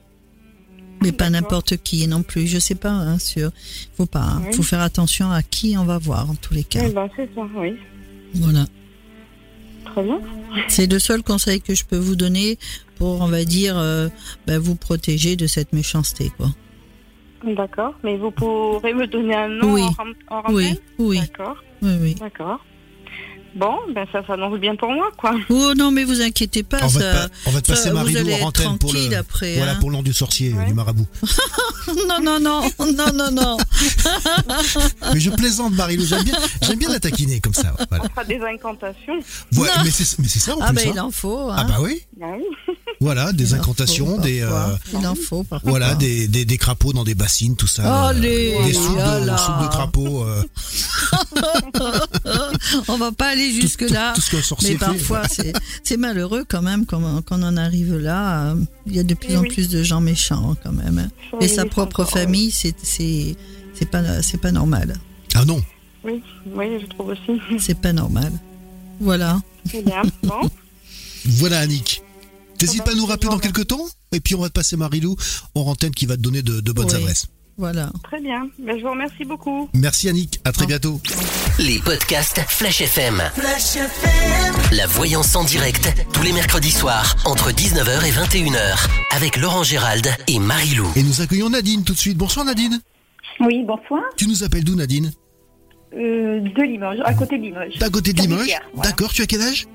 [SPEAKER 4] Mais pas
[SPEAKER 5] D'accord.
[SPEAKER 4] n'importe qui non plus. Je sais pas, hein, sûr. Faut pas, hein.
[SPEAKER 5] Oui.
[SPEAKER 4] Faut faire attention à qui on va voir, en tous les cas.
[SPEAKER 5] Eh ben, c'est ça, oui.
[SPEAKER 4] Voilà.
[SPEAKER 5] Très bien.
[SPEAKER 4] C'est le seul conseil que je peux vous donner pour, on va dire, euh, ben, vous protéger de cette méchanceté, quoi.
[SPEAKER 5] D'accord. Mais vous pourrez me donner un nom
[SPEAKER 4] Oui.
[SPEAKER 5] en, ram- en rappel
[SPEAKER 4] Oui, oui,
[SPEAKER 5] D'accord.
[SPEAKER 4] oui, oui.
[SPEAKER 5] D'accord. Bon, ben ça s'annonce bien pour moi, quoi.
[SPEAKER 4] Oh non, mais vous inquiétez pas,
[SPEAKER 2] on, va te
[SPEAKER 4] ça,
[SPEAKER 2] pa- on va te passer
[SPEAKER 4] ça, Euh, vous
[SPEAKER 2] Marilou
[SPEAKER 4] allez
[SPEAKER 2] en
[SPEAKER 4] être
[SPEAKER 2] antenne pour le,
[SPEAKER 4] tranquille après.
[SPEAKER 2] voilà,
[SPEAKER 4] hein.
[SPEAKER 2] pour l'an du sorcier, euh,
[SPEAKER 5] Ouais.
[SPEAKER 2] du marabout.
[SPEAKER 4] Non, non, non, non, non, non.
[SPEAKER 2] Mais je plaisante Marilou, j'aime bien, j'aime bien la taquiner comme ça. Voilà.
[SPEAKER 5] On fera des incantations.
[SPEAKER 2] Ouais, mais c'est mais c'est ça en
[SPEAKER 4] Ah
[SPEAKER 2] plus.
[SPEAKER 4] ben
[SPEAKER 2] hein.
[SPEAKER 4] il en faut. Hein.
[SPEAKER 2] Ah bah oui,
[SPEAKER 5] Ben oui.
[SPEAKER 2] voilà, des
[SPEAKER 4] Il en faut
[SPEAKER 2] incantations, des
[SPEAKER 4] parfois.
[SPEAKER 2] euh,
[SPEAKER 4] Il en faut parfois.
[SPEAKER 2] voilà, des, des, des crapauds dans des bassines, tout ça. euh,
[SPEAKER 4] Allez,
[SPEAKER 2] des soupes
[SPEAKER 4] là,
[SPEAKER 2] de,
[SPEAKER 4] là.
[SPEAKER 2] soupes de crapauds, euh,
[SPEAKER 4] On va pas aller
[SPEAKER 2] tout,
[SPEAKER 4] jusque
[SPEAKER 2] tout-
[SPEAKER 4] là.
[SPEAKER 2] tout ce que le sorcier
[SPEAKER 4] Mais
[SPEAKER 2] fait.
[SPEAKER 4] parfois, c'est c'est malheureux quand même qu'on qu'on en arrive là. euh, Il y a de plus
[SPEAKER 5] Eh Oui,
[SPEAKER 4] en
[SPEAKER 5] oui.
[SPEAKER 4] plus de gens méchants hein, quand même. hein. Et sa
[SPEAKER 5] Oui,
[SPEAKER 4] propre
[SPEAKER 5] encore, euh.
[SPEAKER 4] famille, c'est c'est c'est pas c'est pas normal.
[SPEAKER 2] Ah non,
[SPEAKER 5] Oui, oui, je trouve aussi.
[SPEAKER 4] C'est pas normal. Voilà.
[SPEAKER 5] Très bien. Bon.
[SPEAKER 2] voilà Annick. T'hésites
[SPEAKER 5] Ah
[SPEAKER 2] pas à
[SPEAKER 5] bah,
[SPEAKER 2] nous rappeler dans
[SPEAKER 5] bon, bah.
[SPEAKER 2] quelques temps et puis on va te passer Marilou en antenne qui va te donner de, de bonnes
[SPEAKER 4] Oui.
[SPEAKER 2] adresses.
[SPEAKER 4] Voilà.
[SPEAKER 5] Très bien. Ben, je vous remercie beaucoup.
[SPEAKER 2] Merci Annick, à très
[SPEAKER 4] Au
[SPEAKER 2] bientôt.
[SPEAKER 1] Les podcasts Flash FM. La voyance en direct, tous les mercredis soirs, entre 19h et 21h, avec Laurent Gérald et Marie-Lou.
[SPEAKER 2] Et nous accueillons Nadine tout de suite. Bonsoir Nadine.
[SPEAKER 7] Oui, bonsoir.
[SPEAKER 2] Tu nous appelles d'où Nadine
[SPEAKER 7] Euh, de Limoges, à côté de Limoges.
[SPEAKER 2] D'à côté de Limoges.
[SPEAKER 7] Pierre, voilà.
[SPEAKER 2] D'accord, tu as quel âge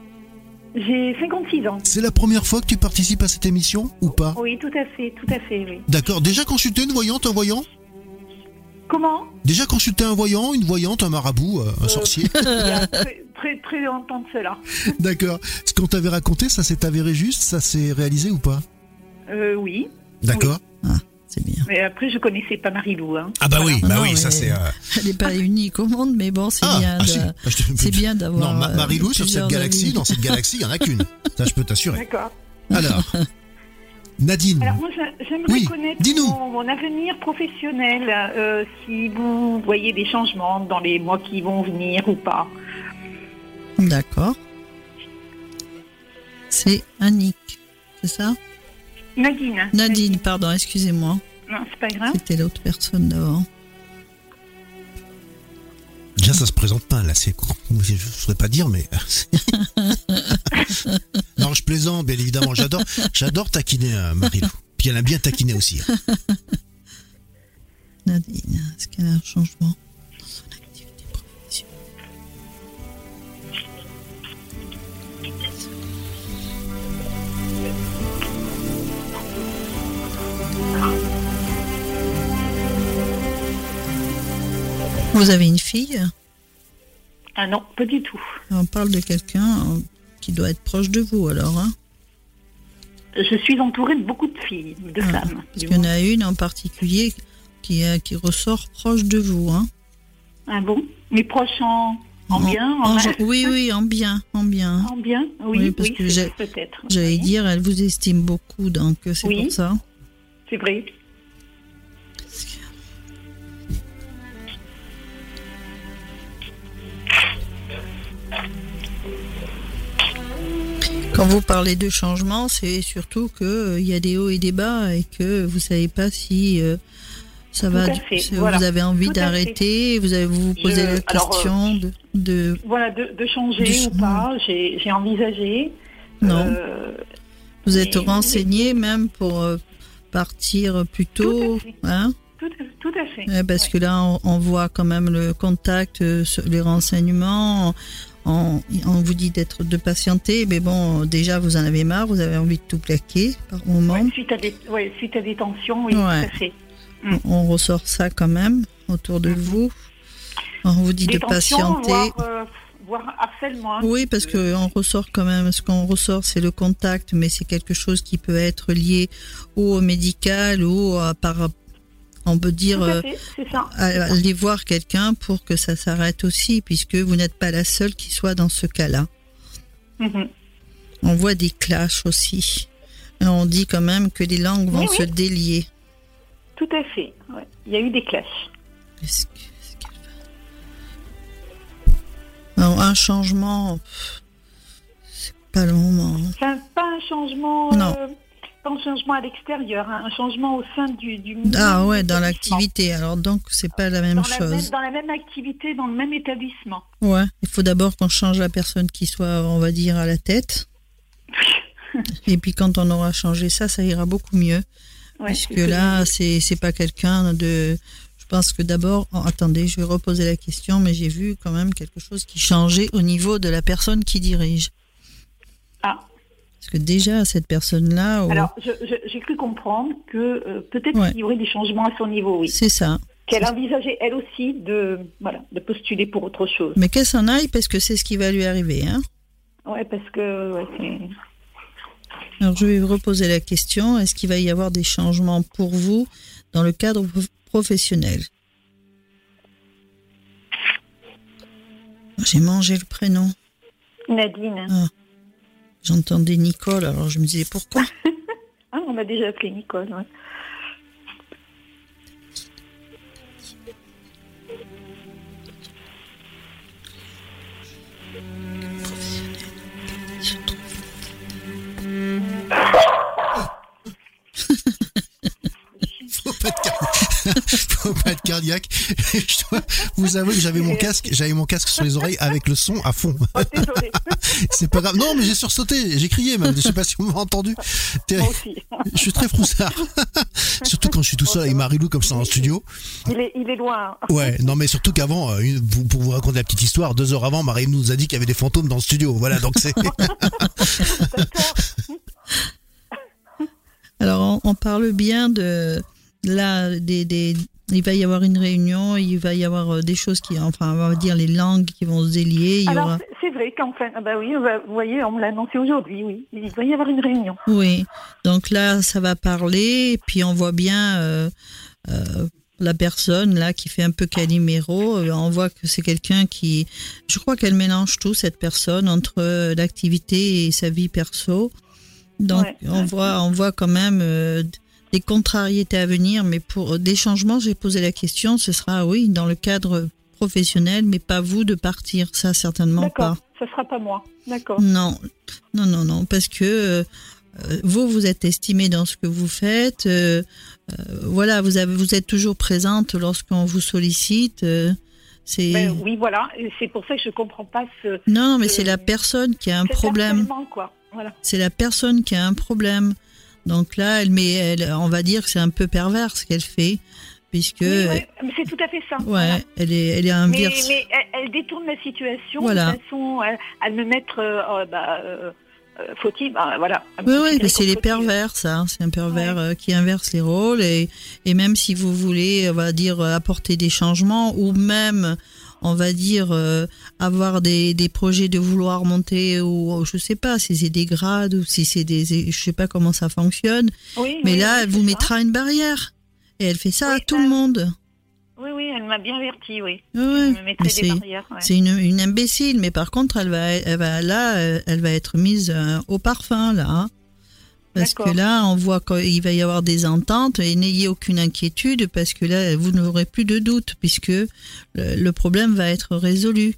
[SPEAKER 7] J'ai 56 ans.
[SPEAKER 2] C'est la première fois que tu participes à cette émission ou pas
[SPEAKER 7] Oui, tout à fait, tout à fait, oui.
[SPEAKER 2] D'accord, déjà consulté une voyante, un voyant
[SPEAKER 7] Comment
[SPEAKER 2] Déjà consulté un voyant, une voyante, un marabout, euh, un sorcier
[SPEAKER 7] Très, très, très longtemps de cela.
[SPEAKER 2] D'accord. Ce qu'on t'avait raconté, ça s'est avéré juste, ça s'est réalisé ou pas
[SPEAKER 7] Euh, oui,
[SPEAKER 2] D'accord.
[SPEAKER 4] C'est bien.
[SPEAKER 7] mais après, je connaissais pas Marie-Lou. Hein.
[SPEAKER 2] Ah bah oui, bah
[SPEAKER 4] Non,
[SPEAKER 2] oui,
[SPEAKER 4] mais-
[SPEAKER 2] ça c'est... euh,
[SPEAKER 4] Elle n'est
[SPEAKER 5] Ah.
[SPEAKER 4] pas unique au monde, mais bon, c'est
[SPEAKER 2] Ah,
[SPEAKER 4] bien.
[SPEAKER 2] ah,
[SPEAKER 4] de-
[SPEAKER 2] si. Ah, je te fais
[SPEAKER 4] C'est
[SPEAKER 2] plus-
[SPEAKER 4] bien
[SPEAKER 2] Non,
[SPEAKER 4] d'avoir.
[SPEAKER 2] Ma-
[SPEAKER 4] euh,
[SPEAKER 2] Marie-Lou, sur cette
[SPEAKER 4] plusieurs
[SPEAKER 2] galaxie,
[SPEAKER 4] avis.
[SPEAKER 2] dans cette galaxie, il n'y en a qu'une. Ça, je peux t'assurer.
[SPEAKER 7] D'accord.
[SPEAKER 2] Alors, Nadine,
[SPEAKER 7] Alors, moi, j'a- j'aimerais
[SPEAKER 2] Oui,
[SPEAKER 7] connaître
[SPEAKER 2] dis-nous.
[SPEAKER 7] mon, mon avenir professionnel, euh, si vous voyez des changements dans les mois qui vont venir ou pas.
[SPEAKER 4] D'accord. C'est Annick, c'est ça
[SPEAKER 7] Nadine.
[SPEAKER 4] Nadine, pardon, excusez-moi.
[SPEAKER 7] Non, c'est pas grave.
[SPEAKER 4] C'était l'autre personne d'avant.
[SPEAKER 2] déjà ça se présente pas, là, c'est... Je ne saurais pas dire, mais... non, je plaisante, bien évidemment, j'adore j'adore taquiner euh, Marie-Lou. Puis elle aime bien taquiner aussi. hein.
[SPEAKER 4] Nadine, est-ce qu'elle a un changement dans son activité professionnelle Vous avez une fille
[SPEAKER 7] Ah non, pas du tout.
[SPEAKER 4] On parle de quelqu'un euh, qui doit être proche de vous alors. Hein
[SPEAKER 7] Je suis entourée de beaucoup de filles, de
[SPEAKER 4] Ah,
[SPEAKER 7] femmes.
[SPEAKER 4] Parce
[SPEAKER 7] du
[SPEAKER 4] qu'il y en
[SPEAKER 7] moins.
[SPEAKER 4] a une en particulier qui, euh, qui ressort proche de vous. Hein
[SPEAKER 7] Ah bon Mes proches en... En bien, en, mal
[SPEAKER 4] gen- Oui, oui, en bien, en bien.
[SPEAKER 7] En Ah, bien Oui,
[SPEAKER 4] Oui,
[SPEAKER 7] oui,
[SPEAKER 4] parce que
[SPEAKER 7] c'est-
[SPEAKER 4] j'ai-
[SPEAKER 7] peut-être.
[SPEAKER 4] J'allais
[SPEAKER 7] Oui,
[SPEAKER 4] dire, elle vous estime beaucoup, donc euh, c'est
[SPEAKER 7] Oui.
[SPEAKER 4] pour ça.
[SPEAKER 7] C'est vrai.
[SPEAKER 4] Quand vous parlez de changement, c'est surtout que euh, il y a des hauts et des bas et que vous savez pas si euh, ça va.
[SPEAKER 7] à
[SPEAKER 4] du-
[SPEAKER 7] fait,
[SPEAKER 4] si
[SPEAKER 7] voilà.
[SPEAKER 4] Vous avez envie
[SPEAKER 7] Tout à fait.
[SPEAKER 4] d'arrêter, vous avez vous
[SPEAKER 7] Je-
[SPEAKER 4] posez la
[SPEAKER 7] alors, euh,
[SPEAKER 4] question de, de-
[SPEAKER 7] Voilà, de, de changer
[SPEAKER 4] Du-
[SPEAKER 7] ou pas, j'ai j'ai envisagé.
[SPEAKER 4] non.
[SPEAKER 7] Euh,
[SPEAKER 4] vous êtes
[SPEAKER 7] mais-
[SPEAKER 4] renseigné même pour euh, partir plus tôt,
[SPEAKER 7] fait.
[SPEAKER 4] hein
[SPEAKER 7] tout, tout à fait.
[SPEAKER 4] Ouais, Parce que là, on, on voit quand même le contact, euh, sur les renseignements. On, on vous dit d'être de patienter, mais bon, déjà vous en avez marre, vous avez envie de tout plaquer par moment.
[SPEAKER 7] Ouais, suite, à des, ouais, suite à des tensions, oui,
[SPEAKER 4] Ouais.
[SPEAKER 7] tout à fait.
[SPEAKER 4] on ressort ça quand même autour de vous. Mm-hmm. On vous dit
[SPEAKER 7] Des
[SPEAKER 4] de
[SPEAKER 7] tensions,
[SPEAKER 4] patienter.
[SPEAKER 7] voire, euh, voire harcèlement. hein.
[SPEAKER 4] Oui, parce que on ressort quand même. Ce qu'on ressort, c'est le contact, mais c'est quelque chose qui peut être lié ou au médical ou à par. On peut dire
[SPEAKER 7] Tout à
[SPEAKER 4] euh,
[SPEAKER 7] fait, c'est ça.
[SPEAKER 4] à- à aller voir quelqu'un pour que ça s'arrête aussi, puisque vous n'êtes pas la seule qui soit dans ce cas-là.
[SPEAKER 7] Mhm.
[SPEAKER 4] On voit des clashs aussi. Et on dit quand même que les langues vont
[SPEAKER 7] Oui,
[SPEAKER 4] se délier.
[SPEAKER 7] Tout à fait. ouais. Il y a eu des clashs.
[SPEAKER 4] Est-ce que- est-ce qu'elle va- Non, un changement, pff, c'est pas le moment. hein.
[SPEAKER 7] Enfin, pas un changement.
[SPEAKER 4] Non.
[SPEAKER 7] euh, pas un changement à l'extérieur, hein, un changement au sein du. du
[SPEAKER 4] Ah
[SPEAKER 7] même
[SPEAKER 4] ouais, dans
[SPEAKER 7] établissement.
[SPEAKER 4] l'activité. Alors donc, c'est pas la même
[SPEAKER 7] Dans la, même,
[SPEAKER 4] chose.
[SPEAKER 7] dans la même activité, dans le même établissement.
[SPEAKER 4] Ouais, il faut d'abord qu'on change la personne qui soit, on va dire, à la tête. Et puis quand on aura changé ça, ça ira beaucoup mieux.
[SPEAKER 7] Ouais,
[SPEAKER 4] Parce
[SPEAKER 7] c'est
[SPEAKER 4] que
[SPEAKER 7] ce
[SPEAKER 4] là, c'est c'est pas quelqu'un de. Je pense que d'abord, oh, attendez, je vais reposer la question, mais j'ai vu quand même quelque chose qui changeait au niveau de la personne qui dirige.
[SPEAKER 7] Ah,
[SPEAKER 4] Parce que déjà, cette personne-là, oh,
[SPEAKER 7] alors je- je- j'ai cru comprendre que euh, peut-être
[SPEAKER 4] Ouais.
[SPEAKER 7] qu'il y aurait des changements à son niveau, oui.
[SPEAKER 4] c'est ça.
[SPEAKER 7] Qu'elle envisageait elle aussi de, voilà, de postuler pour autre chose.
[SPEAKER 4] Mais qu'elle s'en aille parce que c'est ce qui va lui arriver. Hein.
[SPEAKER 7] Ouais, parce que ouais, c'est-
[SPEAKER 4] Alors, je vais vous reposer la question. Est-ce qu'il va y avoir des changements pour vous dans le cadre prof- professionnel J'ai mangé le prénom.
[SPEAKER 7] Nadine. hein.
[SPEAKER 4] J'entendais Nicole, alors je me disais pourquoi
[SPEAKER 7] Ah, on m'a déjà appelé Nicole. ouais.
[SPEAKER 2] Faut pas de, car- Faut pas de cardiaque. Je dois vous avouer que j'avais mon casque, j'avais mon casque sur les oreilles avec le son à fond.
[SPEAKER 7] Oh, désolée,
[SPEAKER 2] C'est pas grave. Non, mais j'ai sursauté, j'ai crié même. Je sais pas si vous m'avez entendu.
[SPEAKER 7] moi aussi.
[SPEAKER 2] Je suis très froussard. Surtout quand je suis tout seul avec Marie-Lou comme ça en studio.
[SPEAKER 7] Il est, il est loin. hein.
[SPEAKER 2] Ouais, non mais surtout qu'avant, euh, une- vous- pour vous raconter la petite histoire, deux heures avant, Marie nous a dit qu'il y avait des fantômes dans le studio. Voilà, donc c'est...
[SPEAKER 4] Alors, on, on parle bien de là, des, des- il va y avoir une réunion, il va y avoir euh, des choses qui, enfin, on va dire les langues qui vont se délier. Il y
[SPEAKER 7] Alors,
[SPEAKER 4] aura...
[SPEAKER 7] c'est- c'est vrai qu'enfin, ah bah oui, on va- vous voyez, on me l'a annoncé aujourd'hui, oui. Il va y avoir une réunion.
[SPEAKER 4] Oui, donc là, ça va parler, et puis on voit bien euh, euh, la personne là qui fait un peu Calimero. euh, On voit que c'est quelqu'un qui. Je crois qu'elle mélange tout, cette personne, entre euh, l'activité et sa vie perso. Donc
[SPEAKER 7] Ouais,
[SPEAKER 4] on,
[SPEAKER 7] ouais.
[SPEAKER 4] Voit, on voit quand même euh, d- des contrariétés à venir, mais pour euh, des changements, j'ai posé la question ce sera, oui, dans le cadre professionnel, mais pas vous de partir, ça certainement pas.
[SPEAKER 7] D'accord, ça sera pas moi. D'accord.
[SPEAKER 4] Non, non, non, non, parce que euh, euh, vous, vous êtes estimé dans ce que vous faites. euh, euh, voilà, vous, avez, vous êtes toujours présente lorsqu'on vous sollicite. euh, c'est
[SPEAKER 7] Ben oui, voilà, et c'est pour ça que je comprends pas ce
[SPEAKER 4] non, non, mais c'est
[SPEAKER 7] euh,
[SPEAKER 4] la personne qui a un
[SPEAKER 7] cet
[SPEAKER 4] problème.
[SPEAKER 7] harcèlement, quoi. Voilà.
[SPEAKER 4] C'est la personne qui a un problème. Donc là, elle, mais elle, on va dire que c'est un peu pervers ce qu'elle fait, puisque
[SPEAKER 7] Oui, ouais, mais c'est tout à fait ça.
[SPEAKER 4] ouais,
[SPEAKER 7] voilà.
[SPEAKER 4] elle est, elle est un
[SPEAKER 7] Mais,
[SPEAKER 4] vire.
[SPEAKER 7] mais elle, elle détourne la situation
[SPEAKER 4] Voilà.
[SPEAKER 7] de façon à, à me mettre euh, euh, bah, euh, euh, fautive. ah, voilà. à me
[SPEAKER 4] Oui, oui,
[SPEAKER 7] considérer
[SPEAKER 4] mais c'est
[SPEAKER 7] comme
[SPEAKER 4] les
[SPEAKER 7] fautive.
[SPEAKER 4] pervers, ça. C'est un pervers euh, qui inverse les rôles. Et, et même si vous voulez, on va dire, euh, apporter des changements ou même, on va dire, euh, avoir des, des projets de vouloir monter ou je sais pas si c'est des grades ou si c'est des, je sais pas comment ça fonctionne.
[SPEAKER 7] Oui,
[SPEAKER 4] Mais
[SPEAKER 7] oui,
[SPEAKER 4] là,
[SPEAKER 7] oui,
[SPEAKER 4] elle vous
[SPEAKER 7] c'est ça.
[SPEAKER 4] mettra une barrière. Et elle fait ça à
[SPEAKER 7] Oui,
[SPEAKER 4] tout
[SPEAKER 7] ça-
[SPEAKER 4] le monde.
[SPEAKER 7] Oui, oui, elle m'a bien averti, oui.
[SPEAKER 4] Ouais.
[SPEAKER 7] Elle me mettrait
[SPEAKER 4] Mais
[SPEAKER 7] des
[SPEAKER 4] c'est-
[SPEAKER 7] barrières. ouais.
[SPEAKER 4] C'est une, une imbécile, mais par contre, elle va, elle va là, euh, elle va être mise euh, au parfum là. hein. Parce que
[SPEAKER 7] D'accord.
[SPEAKER 4] là, on voit qu'il va y avoir des ententes et n'ayez aucune inquiétude parce que là, vous n'aurez plus de doute puisque le, le problème va être résolu.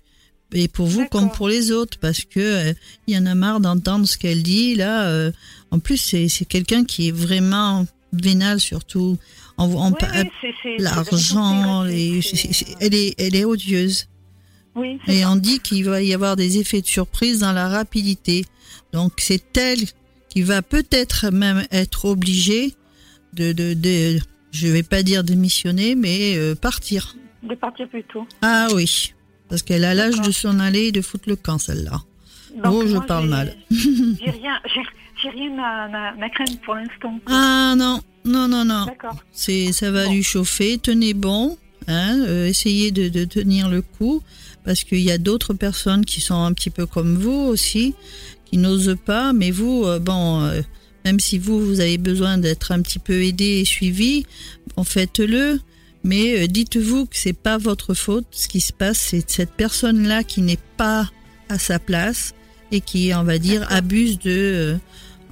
[SPEAKER 4] Et pour vous
[SPEAKER 7] D'accord.
[SPEAKER 4] comme pour les autres, parce que euh, il y en a marre d'entendre ce qu'elle dit. Là, euh, en plus, c'est c'est quelqu'un qui est vraiment vénal surtout. En, en-
[SPEAKER 7] Oui, oui, c'est- c'est- c'est
[SPEAKER 4] L'argent,
[SPEAKER 7] vraiment
[SPEAKER 4] les-
[SPEAKER 7] c'est- euh,
[SPEAKER 4] c'est- c'est- elle est, elle est odieuse.
[SPEAKER 7] Oui, c'est
[SPEAKER 4] Et
[SPEAKER 7] ça.
[SPEAKER 4] on dit qu'il va y avoir des effets de surprise dans la rapidité. Donc c'est elle qui va peut-être même être obligée de, de, de je vais pas dire démissionner, mais euh, partir.
[SPEAKER 7] de partir plus tôt.
[SPEAKER 4] Ah oui, parce qu'elle a l'âge
[SPEAKER 7] D'accord.
[SPEAKER 4] de s'en aller et de foutre le camp celle-là.
[SPEAKER 7] Donc,
[SPEAKER 4] Oh, je
[SPEAKER 7] moi,
[SPEAKER 4] parle
[SPEAKER 7] j'ai-
[SPEAKER 4] mal.
[SPEAKER 7] J'ai rien, j'ai- j'ai rien à, à- à craindre pour l'instant.
[SPEAKER 4] Ah non, non, non, non.
[SPEAKER 7] D'accord.
[SPEAKER 4] C'est, ça va
[SPEAKER 7] Bon.
[SPEAKER 4] lui chauffer. Tenez bon, hein, euh, essayez de, de tenir le coup, parce qu'il y a d'autres personnes qui sont un petit peu comme vous aussi, qui n'osent pas. Mais vous, euh, bon, euh, même si vous vous avez besoin d'être un petit peu aidé et suivi, en faites-le. Mais euh, dites-vous que c'est pas votre faute. Ce qui se passe, c'est cette personne-là qui n'est pas à sa place et qui, on va dire, abuse de, euh,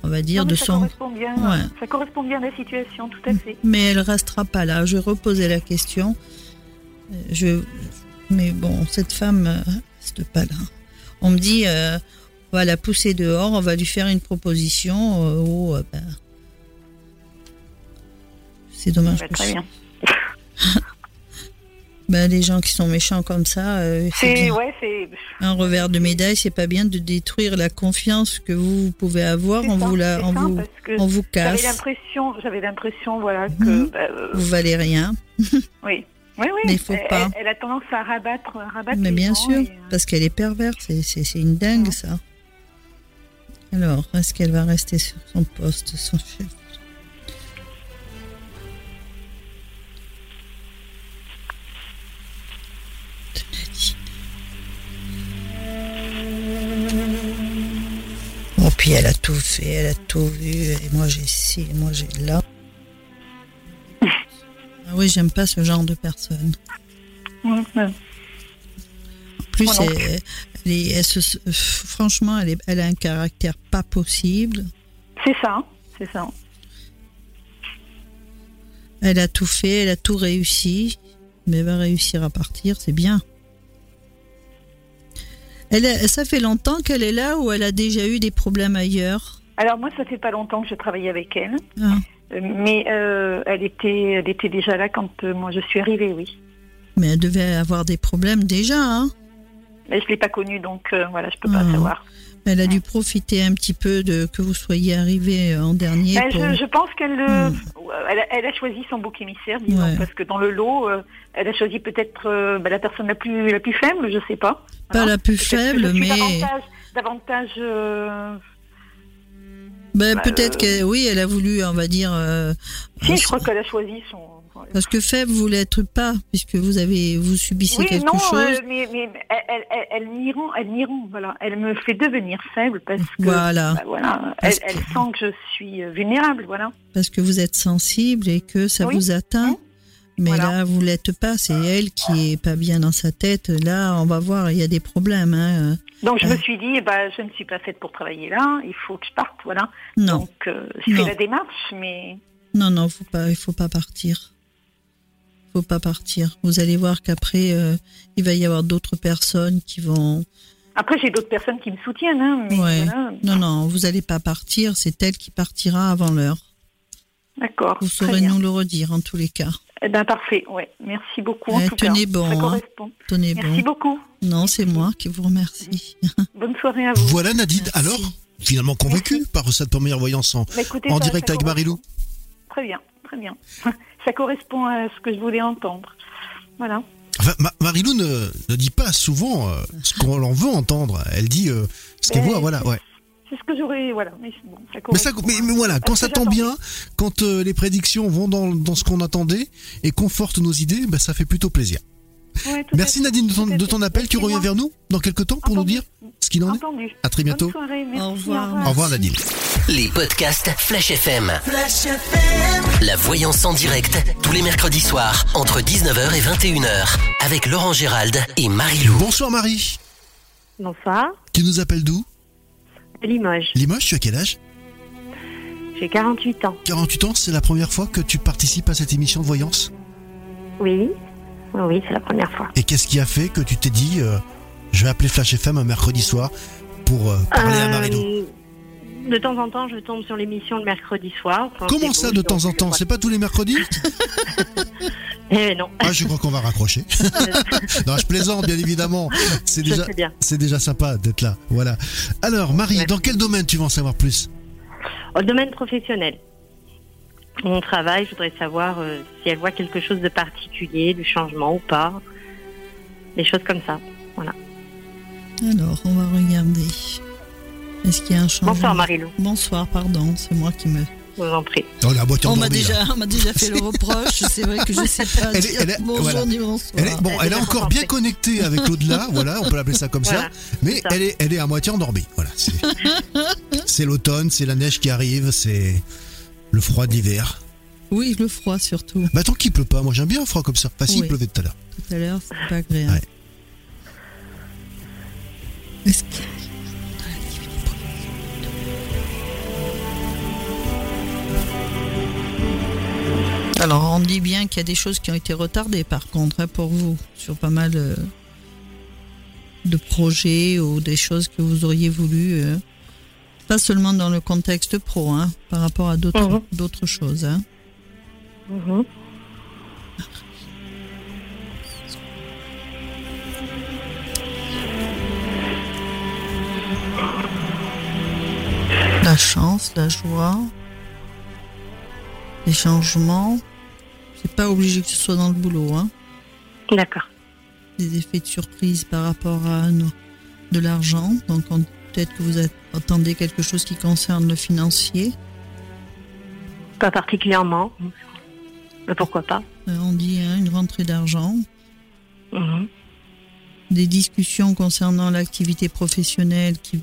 [SPEAKER 4] on va dire,
[SPEAKER 7] Non, mais
[SPEAKER 4] de Mm.
[SPEAKER 7] ça
[SPEAKER 4] son.
[SPEAKER 7] correspond bien,
[SPEAKER 4] Ouais.
[SPEAKER 7] ça correspond bien à la situation, tout à fait.
[SPEAKER 4] Mais elle restera pas là. Je reposais la question. Euh, Je, mais bon, cette femme euh, reste pas là. On me dit, euh, on va la pousser dehors, on va lui faire une proposition. euh, oh, euh, ben, c'est dommage.
[SPEAKER 7] Bah,
[SPEAKER 4] pour
[SPEAKER 7] très
[SPEAKER 4] ça.
[SPEAKER 7] bien.
[SPEAKER 4] Ben, les gens qui sont méchants comme ça, euh, c'est
[SPEAKER 7] C'est
[SPEAKER 4] bien.
[SPEAKER 7] ouais, c'est
[SPEAKER 4] un revers de médaille. C'est pas bien de détruire la confiance que vous, vous pouvez avoir.
[SPEAKER 7] c'est
[SPEAKER 4] On
[SPEAKER 7] ça,
[SPEAKER 4] vous la,
[SPEAKER 7] c'est
[SPEAKER 4] on
[SPEAKER 7] ça,
[SPEAKER 4] vous,
[SPEAKER 7] parce que
[SPEAKER 4] on vous
[SPEAKER 7] j'avais
[SPEAKER 4] casse.
[SPEAKER 7] l'impression, j'avais l'impression, voilà, que
[SPEAKER 4] Mhm.
[SPEAKER 7] bah, euh,
[SPEAKER 4] Vous valez rien.
[SPEAKER 7] oui, oui, oui.
[SPEAKER 4] Mais faut
[SPEAKER 7] elle,
[SPEAKER 4] pas.
[SPEAKER 7] elle- elle a tendance à rabattre, à rabattre.
[SPEAKER 4] Mais
[SPEAKER 7] les
[SPEAKER 4] bien
[SPEAKER 7] gens
[SPEAKER 4] sûr,
[SPEAKER 7] et, euh,
[SPEAKER 4] parce qu'elle est perverse, c'est- c'est c'est une dingue
[SPEAKER 7] Ouais.
[SPEAKER 4] ça. Alors, est-ce qu'elle va rester sur son poste, son chef Bon, Oh, puis elle a tout fait, elle a tout vu, et moi j'ai ci, et moi j'ai là. Ah oui, j'aime pas ce genre de personne
[SPEAKER 7] euh, ouais, ouais.
[SPEAKER 4] plus,
[SPEAKER 7] Moi non
[SPEAKER 4] elle, elle est- elle se- euh, franchement, elle, est- elle a un caractère pas possible.
[SPEAKER 7] C'est ça, c'est ça.
[SPEAKER 4] Elle a tout fait, elle a tout réussi, mais elle va réussir à partir, c'est bien. Elle, a- ça fait longtemps qu'elle est là ou elle a déjà eu des problèmes ailleurs
[SPEAKER 7] Alors moi, ça fait pas longtemps que je travaille avec elle,
[SPEAKER 4] Ah,
[SPEAKER 7] euh, mais euh, elle était, elle était déjà là quand euh, moi je suis arrivée, oui.
[SPEAKER 4] Mais elle devait avoir des problèmes déjà. Hein
[SPEAKER 7] Mais je l'ai pas connue, donc euh, voilà, je peux pas
[SPEAKER 4] Ah.
[SPEAKER 7] savoir.
[SPEAKER 4] elle a dû profiter un petit peu de que vous soyez arrivé en dernier.
[SPEAKER 7] Ben,
[SPEAKER 4] pour-
[SPEAKER 7] je, je pense qu'elle euh,
[SPEAKER 4] Hmm.
[SPEAKER 7] elle, a- elle a choisi son bouc émissaire, disons,
[SPEAKER 4] Ouais.
[SPEAKER 7] parce que dans le lot, euh, elle a choisi peut-être euh, ben, la personne la plus, la plus faible, je sais pas.
[SPEAKER 4] Pas la plus
[SPEAKER 7] Peut-être que je
[SPEAKER 4] faible,
[SPEAKER 7] suis
[SPEAKER 4] mais...
[SPEAKER 7] Davantage, davantage euh,
[SPEAKER 4] Ben,
[SPEAKER 7] Bah,
[SPEAKER 4] peut-être
[SPEAKER 7] euh,
[SPEAKER 4] que oui, elle a voulu, on va dire... euh,
[SPEAKER 7] Si,
[SPEAKER 4] euh,
[SPEAKER 7] je crois qu'elle a choisi son.
[SPEAKER 4] Parce que faible, vous l'êtes pas, puisque vous avez, vous subissez
[SPEAKER 7] Oui,
[SPEAKER 4] quelque
[SPEAKER 7] non,
[SPEAKER 4] chose.
[SPEAKER 7] euh, mais, mais elle- elle- elle- elles m'iront, elles m'iront, voilà. Elle me fait devenir faible parce que.
[SPEAKER 4] Voilà,
[SPEAKER 7] bah, voilà. Elle,
[SPEAKER 4] Parce que-
[SPEAKER 7] elle sent que je suis euh, vulnérable, voilà.
[SPEAKER 4] parce que vous êtes sensible et que ça
[SPEAKER 7] Oui. Mmh.
[SPEAKER 4] vous atteint. Mais
[SPEAKER 7] Voilà.
[SPEAKER 4] là, vous l'êtes pas. C'est elle qui est pas bien dans sa tête. Là, on va voir, il y a des problèmes. Hein. euh,
[SPEAKER 7] Donc je
[SPEAKER 4] Ouais.
[SPEAKER 7] me suis dit, eh ben, je ne suis pas faite pour travailler là, il faut que je parte, voilà.
[SPEAKER 4] Non,
[SPEAKER 7] Donc euh, je fais
[SPEAKER 4] Non.
[SPEAKER 7] la démarche, mais
[SPEAKER 4] non, non, faut pas, il faut pas partir. Faut pas partir. Vous allez voir qu'après, euh, il va y avoir d'autres personnes qui vont.
[SPEAKER 7] après j'ai d'autres personnes qui me soutiennent, hein, mais
[SPEAKER 4] Ouais.
[SPEAKER 7] voilà.
[SPEAKER 4] Non, non, vous allez pas partir. C'est elle qui partira avant l'heure.
[SPEAKER 7] D'accord.
[SPEAKER 4] Vous
[SPEAKER 7] très
[SPEAKER 4] saurez
[SPEAKER 7] bien.
[SPEAKER 4] nous le redire en tous les cas.
[SPEAKER 7] Eh ben parfait, ouais. Merci beaucoup en
[SPEAKER 4] Eh,
[SPEAKER 7] tout cas.
[SPEAKER 4] tenez bon,
[SPEAKER 7] Ça
[SPEAKER 4] hein.
[SPEAKER 7] correspond.
[SPEAKER 4] Tenez bon. Eh
[SPEAKER 7] Merci beaucoup.
[SPEAKER 4] Non, c'est moi qui vous remercie.
[SPEAKER 7] Bonne soirée à vous.
[SPEAKER 2] Voilà Nadine,
[SPEAKER 4] Merci.
[SPEAKER 2] alors finalement convaincue par cette première voyance en,
[SPEAKER 7] Bah, écoutez,
[SPEAKER 2] en
[SPEAKER 7] ça-
[SPEAKER 2] direct
[SPEAKER 7] ça
[SPEAKER 2] avec
[SPEAKER 7] correspond.
[SPEAKER 2] Marilou.
[SPEAKER 7] Très bien, très bien. Ça correspond à ce que je voulais entendre. Voilà.
[SPEAKER 2] Enfin, Ma- Marilou ne, ne dit pas souvent euh, ce qu'on en veut entendre. Elle dit euh, ce qu'elle
[SPEAKER 7] Ben,
[SPEAKER 2] voit, voilà, ouais.
[SPEAKER 7] C'est ce que j'aurais. Voilà. Mais bon, ça
[SPEAKER 2] Mais, ça,
[SPEAKER 7] correspond.
[SPEAKER 2] mais, mais voilà, quand
[SPEAKER 7] Parce
[SPEAKER 2] ça
[SPEAKER 7] que
[SPEAKER 2] tombe
[SPEAKER 7] j'attends.
[SPEAKER 2] bien, quand euh, les prédictions vont dans, dans ce qu'on attendait et confortent nos idées, bah, ça fait plutôt plaisir.
[SPEAKER 7] Ouais, tout à
[SPEAKER 2] Merci
[SPEAKER 7] fait,
[SPEAKER 2] Nadine de ton,
[SPEAKER 7] tout à
[SPEAKER 2] de
[SPEAKER 7] fait.
[SPEAKER 2] ton appel. Tu
[SPEAKER 7] Merci,
[SPEAKER 2] reviens
[SPEAKER 7] moi.
[SPEAKER 2] vers nous dans quelques temps pour nous
[SPEAKER 7] Entendu.
[SPEAKER 2] dire ce qu'il en est.
[SPEAKER 7] Entendu.
[SPEAKER 2] À très bientôt.
[SPEAKER 7] Bonne soirée. Merci,
[SPEAKER 4] Au revoir.
[SPEAKER 2] Au revoir Nadine.
[SPEAKER 1] Les podcasts Flash FM. La voyance en direct, tous les mercredis soirs, entre 19h et 21h, avec Laurent Gérald et Marie-Lou.
[SPEAKER 2] Bonsoir Marie.
[SPEAKER 6] Bonsoir,
[SPEAKER 2] Tu nous appelles d'où
[SPEAKER 6] de Limoges.
[SPEAKER 2] Limoges, tu as quel âge
[SPEAKER 6] J'ai 48 ans.
[SPEAKER 2] 48 ans, c'est la première fois que tu participes à cette émission de voyance.
[SPEAKER 6] Oui, oui, oui, c'est la première fois.
[SPEAKER 2] Et qu'est-ce qui a fait que tu t'es dit, euh, je vais appeler Flash FM un mercredi soir pour euh, parler à Marie-Lou
[SPEAKER 6] Euh, de temps en temps, je tombe sur l'émission le mercredi soir. quand
[SPEAKER 2] Comment
[SPEAKER 6] c'est
[SPEAKER 2] ça de
[SPEAKER 6] beau, donc,
[SPEAKER 2] temps en temps C'est pas tous les mercredis
[SPEAKER 6] Eh non,
[SPEAKER 2] Ah, je crois qu'on va raccrocher. non, je plaisante, bien évidemment. C'est
[SPEAKER 6] je
[SPEAKER 2] déjà,
[SPEAKER 6] sais bien.
[SPEAKER 2] c'est déjà sympa d'être là. Voilà. Alors, Marie,
[SPEAKER 6] Merci.
[SPEAKER 2] dans quel domaine tu vas en savoir plus
[SPEAKER 6] Au domaine professionnel, mon travail, je voudrais savoir euh, si elle voit quelque chose de particulier, du changement ou pas. Des choses comme ça.
[SPEAKER 2] Mhm.
[SPEAKER 4] Alors, on va regarder. Est-ce qu'il y a un changement
[SPEAKER 6] Bonsoir Marie-Lou,
[SPEAKER 4] Bonsoir, pardon, c'est moi qui me.
[SPEAKER 6] je vous en prie.
[SPEAKER 2] Oh, la boîte est
[SPEAKER 4] On m'a
[SPEAKER 2] endormie, là.
[SPEAKER 4] déjà, on m'a déjà fait le reproche. C'est vrai que je sais pas
[SPEAKER 2] Elle est-
[SPEAKER 4] dire
[SPEAKER 2] elle est-
[SPEAKER 4] bonjour
[SPEAKER 2] voilà.
[SPEAKER 4] ni bonsoir.
[SPEAKER 2] Elle est, bon,
[SPEAKER 6] Elle est
[SPEAKER 2] elle est
[SPEAKER 6] bien
[SPEAKER 2] encore bien connectée avec l'au-delà, voilà, on peut l'appeler ça comme
[SPEAKER 6] Voilà,
[SPEAKER 2] ça, mais
[SPEAKER 6] c'est ça.
[SPEAKER 2] elle est, elle est à moitié endormie, voilà. c'est- C'est l'automne, c'est la neige qui arrive, c'est le froid de l'hiver.
[SPEAKER 4] Oui, le froid surtout.
[SPEAKER 2] Bah tant qu'il pleut pas, moi j'aime bien le froid comme ça. Enfin, si, il
[SPEAKER 4] Oui.
[SPEAKER 2] pleuvait tout à l'heure.
[SPEAKER 4] Tout à l'heure, c'est pas agréable. Est-ce que- Alors, on dit bien qu'il y a des choses qui ont été retardées, par contre, hein, pour vous, sur pas mal euh, de projets ou des choses que vous auriez voulu. euh, pas seulement dans le contexte pro, hein, par rapport à d'autres
[SPEAKER 6] Mhm.
[SPEAKER 4] d'autres choses. hein.
[SPEAKER 6] Mhm.
[SPEAKER 4] La chance, la joie, les changements. C'est pas obligé que ce soit dans le boulot, hein.
[SPEAKER 6] D'accord.
[SPEAKER 4] Des effets de surprise par rapport à no- de l'argent. Donc on- peut-être que vous at- attendez quelque chose qui concerne le financier.
[SPEAKER 6] Pas particulièrement. Mais pourquoi pas
[SPEAKER 4] Euh, on dit hein, une rentrée d'argent.
[SPEAKER 6] Mhm.
[SPEAKER 4] Des discussions concernant l'activité professionnelle qui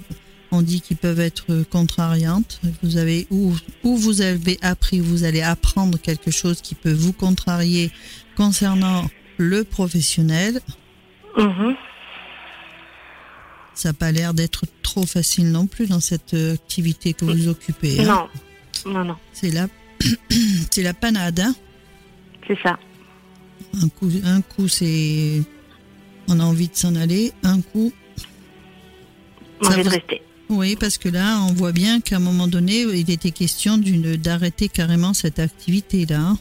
[SPEAKER 4] on dit qui peuvent être euh, contrariantes. Vous avez ou, ou vous avez appris, vous allez apprendre quelque chose qui peut vous contrarier concernant le professionnel.
[SPEAKER 6] Mhm.
[SPEAKER 4] Ça n'a pas l'air d'être trop facile non plus dans cette euh, activité que vous occupez. hein.
[SPEAKER 6] Non, non, non,
[SPEAKER 4] C'est la, c'est la panade. hein.
[SPEAKER 6] c'est ça.
[SPEAKER 4] Un coup, un coup c'est, on a envie de s'en aller. Un coup,
[SPEAKER 6] J'ai
[SPEAKER 4] Ça
[SPEAKER 6] envie de
[SPEAKER 4] vous-
[SPEAKER 6] rester.
[SPEAKER 4] oui, parce que là, on voit bien qu'à un moment donné, il était question d'une, d'arrêter carrément cette hein. activité là.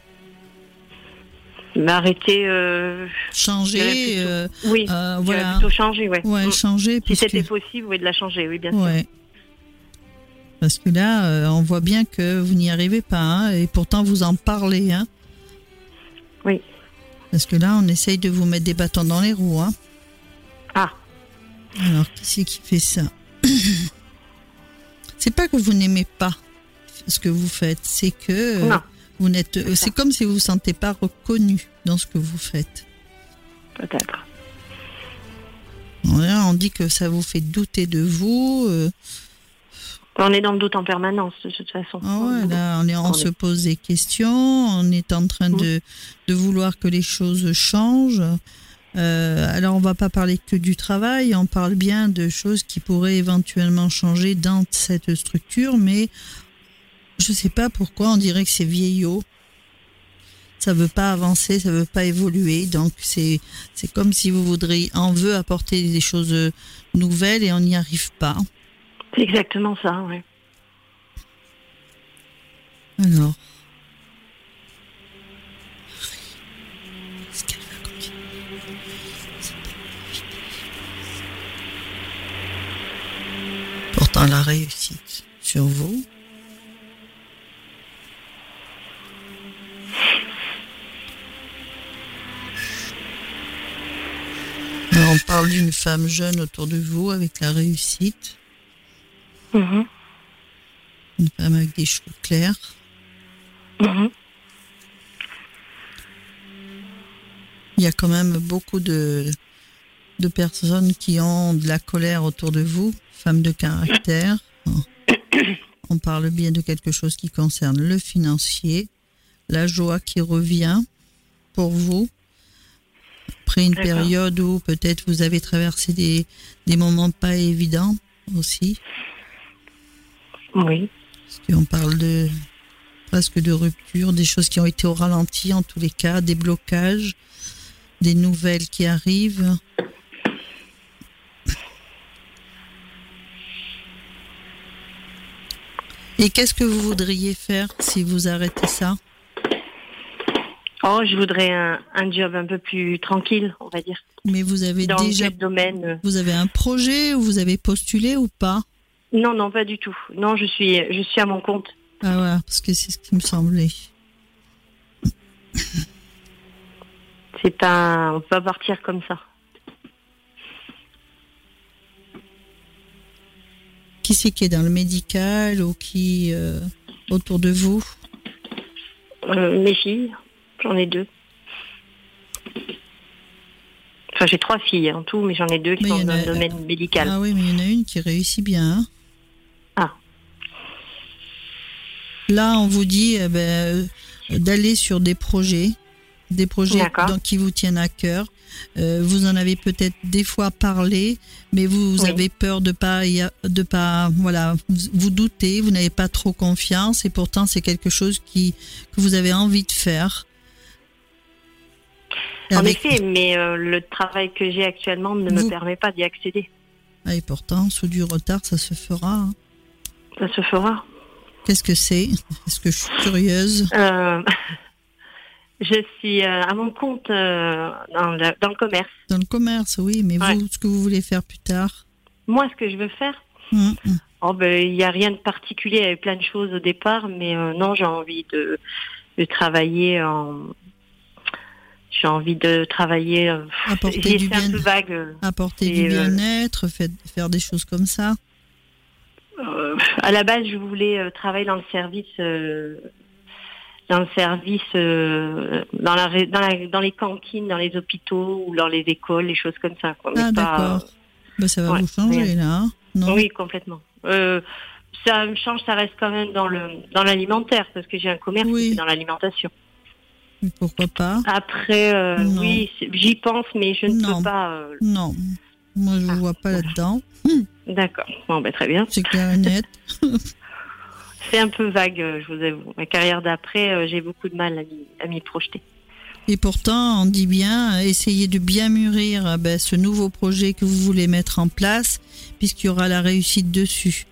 [SPEAKER 6] Mais arrêter, euh, J'irais
[SPEAKER 4] Changer,
[SPEAKER 6] plutôt.
[SPEAKER 4] euh,
[SPEAKER 6] oui,
[SPEAKER 4] euh,
[SPEAKER 6] j'aurais
[SPEAKER 4] voilà,
[SPEAKER 6] plutôt changer, ouais.
[SPEAKER 4] ouais,
[SPEAKER 6] Mm.
[SPEAKER 4] changer.
[SPEAKER 6] Si
[SPEAKER 4] puisque-
[SPEAKER 6] c'était possible, oui, de la changer, oui, bien sûr.
[SPEAKER 4] Ouais. Parce que là, euh, on voit bien que vous n'y arrivez pas, hein, et pourtant vous en parlez. Hein.
[SPEAKER 6] Oui.
[SPEAKER 4] Parce que là, on essaye de vous mettre des bâtons dans les roues. Hein.
[SPEAKER 6] Ah.
[SPEAKER 4] Alors, qui c'est qui fait ça C'est pas que vous n'aimez pas ce que vous faites, c'est que euh,
[SPEAKER 6] Non,
[SPEAKER 4] vous n'êtes. euh,
[SPEAKER 6] c'est ça.
[SPEAKER 4] C'est comme si vous vous sentez pas reconnu dans ce que vous faites.
[SPEAKER 6] peut-être.
[SPEAKER 4] Ouais, on dit que ça vous fait douter de vous. euh,
[SPEAKER 6] On est dans le doute en permanence, de toute façon. Mm.
[SPEAKER 4] Ah ouais, là, on, est- on
[SPEAKER 6] On
[SPEAKER 4] se
[SPEAKER 6] est-
[SPEAKER 4] pose des questions, on est en train de, de vouloir que les choses changent. Euh, alors, on va pas parler que du travail, on parle bien de choses qui pourraient éventuellement changer dans cette structure, mais je sais pas pourquoi on dirait que c'est vieillot. Ça veut pas avancer, ça veut pas évoluer, donc c'est c'est comme si vous voudriez, on veut apporter des choses nouvelles et on n'y arrive pas.
[SPEAKER 6] C'est exactement ça, oui.
[SPEAKER 4] Alors. Est-ce qu'elle va continuer Pourtant, la réussite sur vous. Alors, on parle d'une femme jeune autour de vous avec la réussite,
[SPEAKER 6] Mhm,
[SPEAKER 4] une femme avec des cheveux clairs.
[SPEAKER 6] mhm.
[SPEAKER 4] Il y a quand même beaucoup de, de personnes qui ont de la colère autour de vous, femmes de caractère. on parle bien de quelque chose qui concerne le financier, la joie qui revient pour vous, après une
[SPEAKER 6] D'accord.
[SPEAKER 4] période où peut-être vous avez traversé des, des moments pas évidents aussi,
[SPEAKER 6] Oui.
[SPEAKER 4] parce qu'on parle de presque de rupture, des choses qui ont été au ralenti en tous les cas, des blocages, des nouvelles qui arrivent. Et qu'est-ce que vous voudriez faire si vous arrêtez ça
[SPEAKER 6] Oh, je voudrais un, un job un peu plus tranquille, on va dire.
[SPEAKER 4] Mais vous avez
[SPEAKER 6] Dans
[SPEAKER 4] déjà
[SPEAKER 6] quel domaine euh,
[SPEAKER 4] vous avez un projet ou vous avez postulé ou pas
[SPEAKER 6] Non, non, pas du tout. Non, je suis, je suis à mon compte.
[SPEAKER 4] Ah ouais, parce que c'est ce qui me semblait.
[SPEAKER 6] C'est pas, on peut pas partir comme ça.
[SPEAKER 4] Qui c'est qui est dans le médical ou qui euh, autour de vous
[SPEAKER 6] Euh, mes filles, j'en ai deux. Enfin, j'ai trois filles hein, en tout, mais j'en ai deux qui
[SPEAKER 4] Mais il y
[SPEAKER 6] sont
[SPEAKER 4] en
[SPEAKER 6] dans
[SPEAKER 4] a-
[SPEAKER 6] le domaine médical.
[SPEAKER 4] Ah oui, mais il y en a une qui réussit bien. hein.
[SPEAKER 6] Ah.
[SPEAKER 4] Là, on vous dit eh ben, euh, d'aller sur des projets, des projets
[SPEAKER 6] D'accord.
[SPEAKER 4] dans- qui vous tiennent à cœur. Euh, vous en avez peut-être des fois parlé, mais vous, vous
[SPEAKER 6] Oui.
[SPEAKER 4] avez peur de pas, y a- de pas, voilà, vous, vous doutez, vous n'avez pas trop confiance, et pourtant c'est quelque chose qui que vous avez envie de faire.
[SPEAKER 6] en
[SPEAKER 4] Avec-
[SPEAKER 6] effet, mais euh, le travail que j'ai actuellement ne
[SPEAKER 4] Vous-
[SPEAKER 6] me permet pas d'y accéder.
[SPEAKER 4] Ah, et pourtant, sous du retard, ça se fera. hein.
[SPEAKER 6] Ça se fera.
[SPEAKER 4] Qu'est-ce que c'est Est-ce que je suis curieuse
[SPEAKER 6] Euh, je suis euh, à mon compte euh, dans, le, dans le commerce.
[SPEAKER 4] Dans le commerce, oui, mais
[SPEAKER 6] Ouais.
[SPEAKER 4] vous, ce que vous voulez faire plus tard
[SPEAKER 6] Moi, ce que je veux faire,
[SPEAKER 4] Hum, hum.
[SPEAKER 6] oh, ben, il n'y a rien de particulier. Il y avait plein de choses au départ, mais euh, non, j'ai envie de, de travailler en. J'ai envie de travailler. euh,
[SPEAKER 4] Apporter
[SPEAKER 6] j'ai-
[SPEAKER 4] du
[SPEAKER 6] c'est un
[SPEAKER 4] bien-
[SPEAKER 6] peu vague. euh,
[SPEAKER 4] Apporter
[SPEAKER 6] Et,
[SPEAKER 4] du
[SPEAKER 6] euh,
[SPEAKER 4] bien-être, fait- faire des choses comme ça.
[SPEAKER 6] Euh, à la base, je voulais euh, travailler dans le service, euh, dans le service, euh, dans, la, ré- dans, la- dans les cantines, dans les hôpitaux ou dans les écoles, les choses comme ça. quoi. Mais
[SPEAKER 4] Ah,
[SPEAKER 6] pas-
[SPEAKER 4] d'accord. Ben, ça va
[SPEAKER 6] ouais,
[SPEAKER 4] vous changer,
[SPEAKER 6] rien.
[SPEAKER 4] là. hein non
[SPEAKER 6] Oui, complètement. Euh, ça me change, ça reste quand même dans le dans l'alimentaire parce que j'ai un commerce
[SPEAKER 4] Oui.
[SPEAKER 6] qui est dans l'alimentation.
[SPEAKER 4] Mais Pourquoi pas
[SPEAKER 6] Après, euh,
[SPEAKER 4] Non.
[SPEAKER 6] oui, c'est- j'y pense, mais je ne
[SPEAKER 4] Non.
[SPEAKER 6] peux pas. euh,
[SPEAKER 4] Non. Moi, je ne
[SPEAKER 6] Ah,
[SPEAKER 4] vois pas
[SPEAKER 6] voilà.
[SPEAKER 4] là-dedans.
[SPEAKER 6] D'accord. Bon, ben, très bien.
[SPEAKER 4] C'est clair et net.
[SPEAKER 6] C'est un peu vague, euh, je vous avoue. Ma carrière d'après, euh, j'ai beaucoup de mal à m'y- à m'y projeter.
[SPEAKER 4] Et pourtant, on dit bien, essayez de bien mûrir euh, ben, ce nouveau projet que vous voulez mettre en place, puisqu'il y aura la réussite dessus.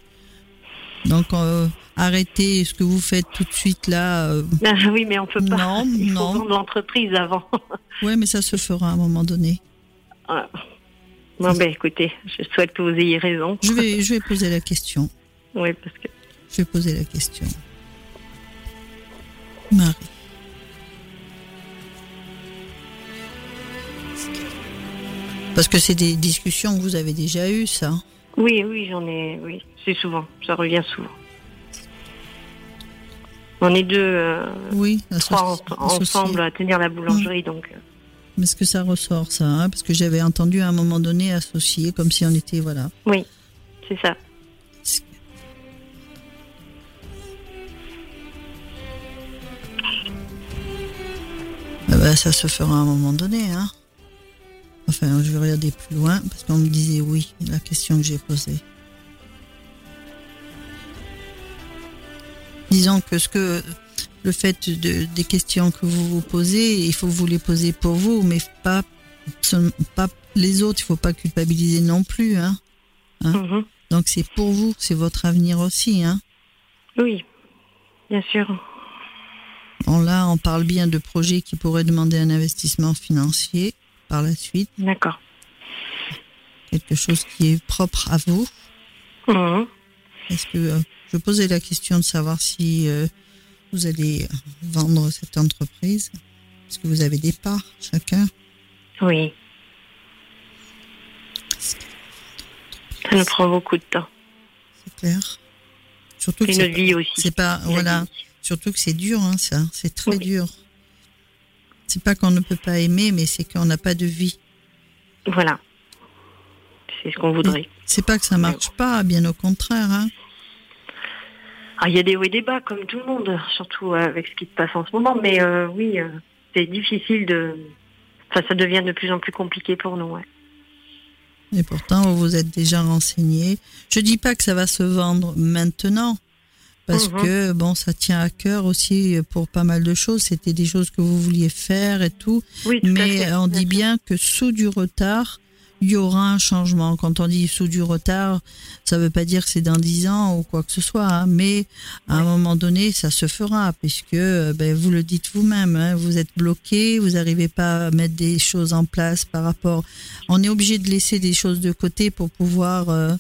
[SPEAKER 4] Donc, euh, arrêtez ce que vous faites tout de suite là. euh,
[SPEAKER 6] Ah oui, mais on peut pas.
[SPEAKER 4] Non,
[SPEAKER 6] Il faut
[SPEAKER 4] non.
[SPEAKER 6] vendre l'entreprise avant.
[SPEAKER 4] ouais, mais ça se fera à un moment donné.
[SPEAKER 6] Non, ben écoutez, je souhaite que vous ayez raison.
[SPEAKER 4] Je vais, je vais poser la question.
[SPEAKER 6] Oui, parce que
[SPEAKER 4] Je vais poser la question. Marie. Parce que c'est des discussions que vous avez déjà eues, ça.
[SPEAKER 6] oui, oui, j'en ai. Oui, c'est souvent. Ça revient souvent. On est deux, euh,
[SPEAKER 4] Oui, la
[SPEAKER 6] trois en-
[SPEAKER 4] soci- associée.
[SPEAKER 6] ensemble à tenir la boulangerie, donc. euh,
[SPEAKER 4] Mais est-ce que ça ressort, ça hein Parce que j'avais entendu à un moment donné associé, comme si on était, voilà.
[SPEAKER 6] Oui, c'est ça.
[SPEAKER 4] Ah bah, ça se fera à un moment donné, hein. Enfin, je vais regarder plus loin, parce qu'on me disait oui, la question que j'ai posée. Disons que ce que le fait de, des questions que vous vous posez, il faut vous les poser pour vous, mais pas, seul- pas les autres, il faut pas culpabiliser non plus, hein.
[SPEAKER 6] Mhm.
[SPEAKER 4] Donc c'est pour vous, c'est votre avenir aussi, hein.
[SPEAKER 6] Oui, bien sûr.
[SPEAKER 4] On, là, on parle bien de projets qui pourraient demander un investissement financier par la suite,
[SPEAKER 6] D'accord.
[SPEAKER 4] quelque chose qui est propre à vous.
[SPEAKER 6] Mhm.
[SPEAKER 4] Est-ce que euh, je posais la question de savoir si euh, vous allez vendre cette entreprise Parce que vous avez des parts chacun.
[SPEAKER 6] Oui. Ça nous prend beaucoup de temps.
[SPEAKER 4] C'est clair. Surtout que
[SPEAKER 6] Et
[SPEAKER 4] c'est
[SPEAKER 6] notre
[SPEAKER 4] pas,
[SPEAKER 6] vie aussi.
[SPEAKER 4] c'est pas-
[SPEAKER 6] La
[SPEAKER 4] Ah, voilà.
[SPEAKER 6] vie.
[SPEAKER 4] Surtout que c'est dur, hein, ça. C'est très
[SPEAKER 6] Oui.
[SPEAKER 4] dur. C'est pas qu'on ne peut pas aimer, mais c'est qu'on n'a pas de vie.
[SPEAKER 6] Voilà. C'est ce qu'on voudrait.
[SPEAKER 4] Mm. C'est pas que ça marche pas, bien au contraire. Hein.
[SPEAKER 6] Ah, Il y a des hauts et des bas, comme tout le monde, surtout euh, avec ce qui se passe en ce moment. Mais euh, oui, euh, c'est difficile de. Enfin, ça devient de plus en plus compliqué pour nous. ouais.
[SPEAKER 4] Et pourtant, vous vous êtes déjà renseigné. Je dis pas que ça va se vendre maintenant, parce
[SPEAKER 6] Mhm.
[SPEAKER 4] que bon, ça tient à cœur aussi pour pas mal de choses. C'était des choses que vous vouliez faire et tout.
[SPEAKER 6] Oui, tout à
[SPEAKER 4] Mais
[SPEAKER 6] fait,
[SPEAKER 4] on
[SPEAKER 6] tout à
[SPEAKER 4] dit
[SPEAKER 6] fait.
[SPEAKER 4] bien que sous du retard, il y aura un changement. Quand on dit sous du retard, ça veut pas dire que c'est dans 10 ans ou quoi que ce soit, hein, mais à un moment donné, ça se fera, puisque euh, ben, vous le dites vous-même, hein, vous êtes bloqué, vous n'arrivez pas à mettre des choses en place par rapport. On est obligé de laisser des choses de côté pour pouvoir euh,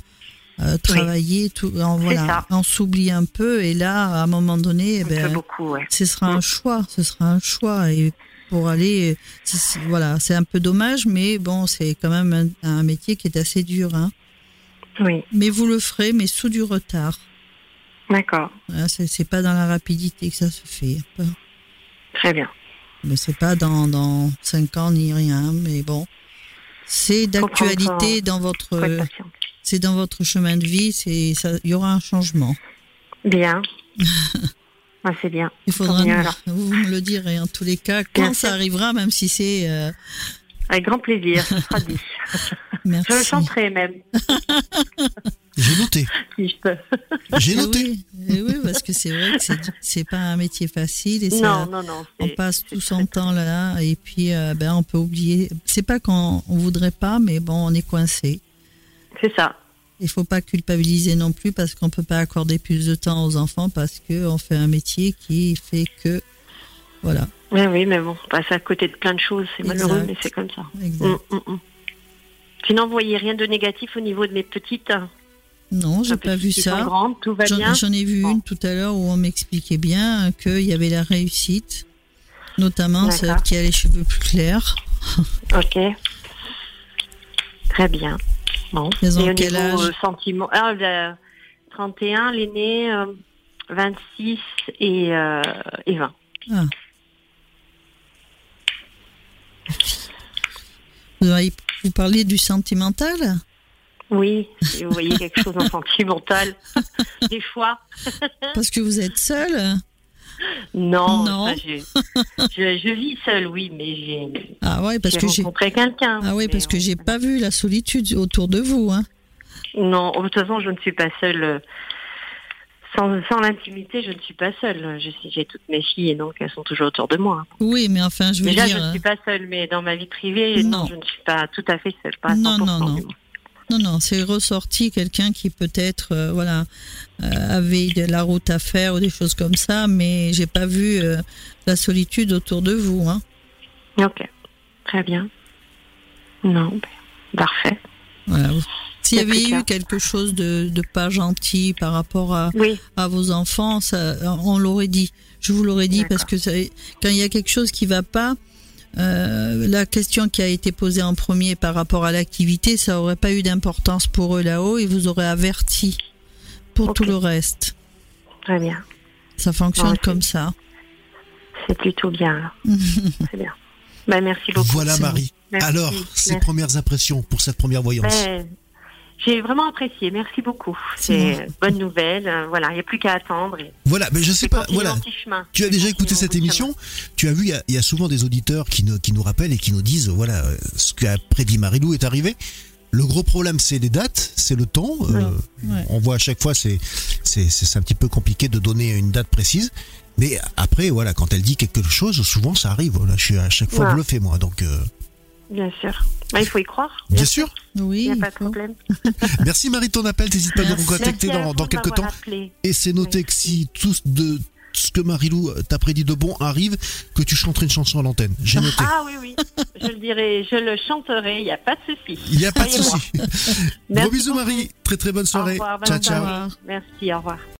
[SPEAKER 4] euh, travailler, tout, en, voilà,
[SPEAKER 6] ça.
[SPEAKER 4] on s'oublie un peu, et là, à un moment donné, eh
[SPEAKER 6] Un peu
[SPEAKER 4] ben,
[SPEAKER 6] beaucoup, ouais.
[SPEAKER 4] ce sera un choix, ce sera un choix et pour aller, c'est- c'est- voilà, c'est un peu dommage, mais bon, c'est quand même un, un métier qui est assez dur. hein.
[SPEAKER 6] Oui,
[SPEAKER 4] Mais vous le ferez, mais sous du retard.
[SPEAKER 6] d'accord.
[SPEAKER 4] Hein, c'est c'est pas dans la rapidité que ça se fait.
[SPEAKER 6] Très bien.
[SPEAKER 4] Mais c'est pas dans dans cinq ans ni rien. Mais bon, c'est
[SPEAKER 6] Comprends
[SPEAKER 4] d'actualité
[SPEAKER 6] encore.
[SPEAKER 4] dans votre,
[SPEAKER 6] Faut être patient.
[SPEAKER 4] c'est dans votre chemin de vie. C'est ça, il y aura un changement.
[SPEAKER 6] Bien. Ah, c'est bien.
[SPEAKER 4] Il faudra,
[SPEAKER 6] Tant mieux,
[SPEAKER 4] nous-
[SPEAKER 6] alors.
[SPEAKER 4] vous me le direz en tous les cas quand
[SPEAKER 6] Bien
[SPEAKER 4] ça
[SPEAKER 6] sûr.
[SPEAKER 4] arrivera, même si c'est. euh,
[SPEAKER 6] Avec grand plaisir, ce sera dit.
[SPEAKER 4] merci.
[SPEAKER 6] Je le chanterai même,
[SPEAKER 2] J'ai noté.
[SPEAKER 6] si je peux.
[SPEAKER 2] J'ai
[SPEAKER 4] Eh
[SPEAKER 2] noté.
[SPEAKER 4] Oui, eh oui, parce que c'est vrai que c'est, c'est pas un métier facile et ça,
[SPEAKER 6] Non, non, non.
[SPEAKER 4] on
[SPEAKER 6] c'est-
[SPEAKER 4] passe tout
[SPEAKER 6] c'est
[SPEAKER 4] son temps là et puis euh, ben, on peut oublier. C'est pas qu'on on voudrait pas, mais bon, on est coincé.
[SPEAKER 6] C'est ça.
[SPEAKER 4] Il faut pas culpabiliser non plus parce qu'on peut pas accorder plus de temps aux enfants parce que on fait un métier qui fait que voilà,
[SPEAKER 6] Oui, oui, mais bon, on passe à côté de plein de choses. C'est malheureux,
[SPEAKER 4] Exact.
[SPEAKER 6] mais c'est comme ça.
[SPEAKER 4] exact.
[SPEAKER 6] Mm, mm, mm. Sinon, vous voyez rien de négatif au niveau de mes petites. hein.
[SPEAKER 4] Non, j'ai
[SPEAKER 6] Mes
[SPEAKER 4] pas
[SPEAKER 6] petites
[SPEAKER 4] vu
[SPEAKER 6] qui
[SPEAKER 4] ça.
[SPEAKER 6] sont grandes, tout va
[SPEAKER 4] J'en,
[SPEAKER 6] bien.
[SPEAKER 4] j'en ai vu
[SPEAKER 6] Bon.
[SPEAKER 4] une tout à l'heure où on m'expliquait bien qu'il y avait la réussite, notamment celle
[SPEAKER 6] D'accord.
[SPEAKER 4] qui a les cheveux plus clairs.
[SPEAKER 6] Ok. Très bien. Bon.
[SPEAKER 4] Elles ont
[SPEAKER 6] Et au
[SPEAKER 4] quel
[SPEAKER 6] niveau
[SPEAKER 4] âge
[SPEAKER 6] euh, sentiment, ah, elle a 31, l'aîné, euh, 26 et, euh, et 20.
[SPEAKER 4] Vous, avez- vous parlez du sentimental
[SPEAKER 6] Hein Oui, si vous voyez quelque chose en sentimental, des fois.
[SPEAKER 4] Parce que vous êtes seule
[SPEAKER 6] Non,
[SPEAKER 4] Non.
[SPEAKER 6] enfin, je, je, je vis seule, oui, mais j'ai
[SPEAKER 4] Ah ouais, parce
[SPEAKER 6] j'ai
[SPEAKER 4] que j'ai.
[SPEAKER 6] rencontré quelqu'un.
[SPEAKER 4] Ah oui,
[SPEAKER 6] mais
[SPEAKER 4] parce que
[SPEAKER 6] on-
[SPEAKER 4] j'ai pas vu la solitude autour de vous. Hein.
[SPEAKER 6] Non, de toute façon, je ne suis pas seule. euh, Sans, sans l'intimité, je ne suis pas seule. Je suis- J'ai toutes mes filles et donc elles sont toujours autour de moi.
[SPEAKER 4] Oui, mais enfin, je veux
[SPEAKER 6] Déjà,
[SPEAKER 4] dire. hein.
[SPEAKER 6] je ne suis pas seule, mais dans ma vie privée,
[SPEAKER 4] Non.
[SPEAKER 6] non. je ne suis pas tout à fait seule. Pas à
[SPEAKER 4] Non,
[SPEAKER 6] 100%,
[SPEAKER 4] non, non.
[SPEAKER 6] du moins.
[SPEAKER 4] Non, non, c'est ressorti quelqu'un qui peut-être euh, voilà euh, avait de la route à faire ou des choses comme ça, mais j'ai pas vu euh, la solitude autour de vous. Hein.
[SPEAKER 6] Ok, très bien. Non, ben, parfait.
[SPEAKER 4] Voilà. S'il y
[SPEAKER 6] C'est plus
[SPEAKER 4] avait eu
[SPEAKER 6] clair.
[SPEAKER 4] quelque chose de, de pas gentil par rapport à,
[SPEAKER 6] Oui,
[SPEAKER 4] à vos enfants, ça, on l'aurait dit. Je vous l'aurais dit parce
[SPEAKER 6] D'accord.
[SPEAKER 4] que ça- quand il y a quelque chose qui va pas, euh, la question qui a été posée en premier par rapport à l'activité, ça aurait pas eu d'importance pour eux là-haut et vous aurez averti pour
[SPEAKER 6] Ok.
[SPEAKER 4] tout le reste.
[SPEAKER 6] très bien.
[SPEAKER 4] Ça fonctionne
[SPEAKER 6] Bon, c'est-
[SPEAKER 4] comme ça.
[SPEAKER 6] C'est plutôt bien. alors. c'est bien. Ben, merci beaucoup.
[SPEAKER 2] Voilà
[SPEAKER 4] C'est bon.
[SPEAKER 2] Marie.
[SPEAKER 6] Merci,
[SPEAKER 2] Alors, ses
[SPEAKER 6] merci.
[SPEAKER 2] premières impressions pour cette première voyance.
[SPEAKER 6] Ben, J'ai vraiment apprécié. Merci beaucoup.
[SPEAKER 4] C'est
[SPEAKER 6] C'est bonne nouvelle. euh, Voilà, il n'y a plus qu'à attendre. et-
[SPEAKER 2] Voilà, mais je sais
[SPEAKER 6] C'est
[SPEAKER 2] pas,
[SPEAKER 6] continuer
[SPEAKER 2] voilà.
[SPEAKER 6] mon petit chemin.
[SPEAKER 2] Tu as déjà
[SPEAKER 6] C'est continuer
[SPEAKER 2] écouté
[SPEAKER 6] mon
[SPEAKER 2] cette
[SPEAKER 6] petit
[SPEAKER 2] émission Tu as vu, il y a- il y, a souvent des auditeurs qui nous, qui nous rappellent et qui nous disent, voilà, euh, ce qu'a prédit Marilou est arrivé. Le gros problème, c'est les dates, c'est le temps. Euh,
[SPEAKER 4] ouais.
[SPEAKER 2] On voit à chaque fois, c'est c'est- c'est c'est un petit peu compliqué de donner une date précise. Mais après, voilà, quand elle dit quelque chose, souvent ça arrive. Voilà, je suis à chaque fois
[SPEAKER 6] Voilà.
[SPEAKER 2] bluffé, moi. Donc, euh,
[SPEAKER 6] chemin. Bien sûr. Ouais, il faut y croire.
[SPEAKER 2] bien sûr.
[SPEAKER 4] Oui.
[SPEAKER 6] Il n'y
[SPEAKER 4] il
[SPEAKER 6] a pas de
[SPEAKER 4] faut-
[SPEAKER 6] problème.
[SPEAKER 2] Merci Marie de ton appel. N'hésite pas à nous
[SPEAKER 4] Merci.
[SPEAKER 2] contacter
[SPEAKER 6] Merci à
[SPEAKER 2] dans,
[SPEAKER 6] vous
[SPEAKER 2] dans
[SPEAKER 6] de
[SPEAKER 2] quelques temps.
[SPEAKER 6] m'avoir appelé.
[SPEAKER 2] Et c'est noté
[SPEAKER 6] Oui.
[SPEAKER 2] que si tout ce de tout ce que Marilou t'a prédit de bon arrive, que tu chanterais une chanson à l'antenne. J'ai noté.
[SPEAKER 6] Ah oui, oui. je le dirai, je le chanterai. Il n'y a pas de souci.
[SPEAKER 2] Il n'y a pas de
[SPEAKER 6] Croyez-moi.
[SPEAKER 2] souci. Gros
[SPEAKER 6] Merci
[SPEAKER 2] bisous
[SPEAKER 6] beaucoup.
[SPEAKER 2] Marie. Très très bonne
[SPEAKER 6] Au
[SPEAKER 2] soirée.
[SPEAKER 6] revoir. bonne
[SPEAKER 2] ciao ciao.
[SPEAKER 6] soirée. Merci, au revoir.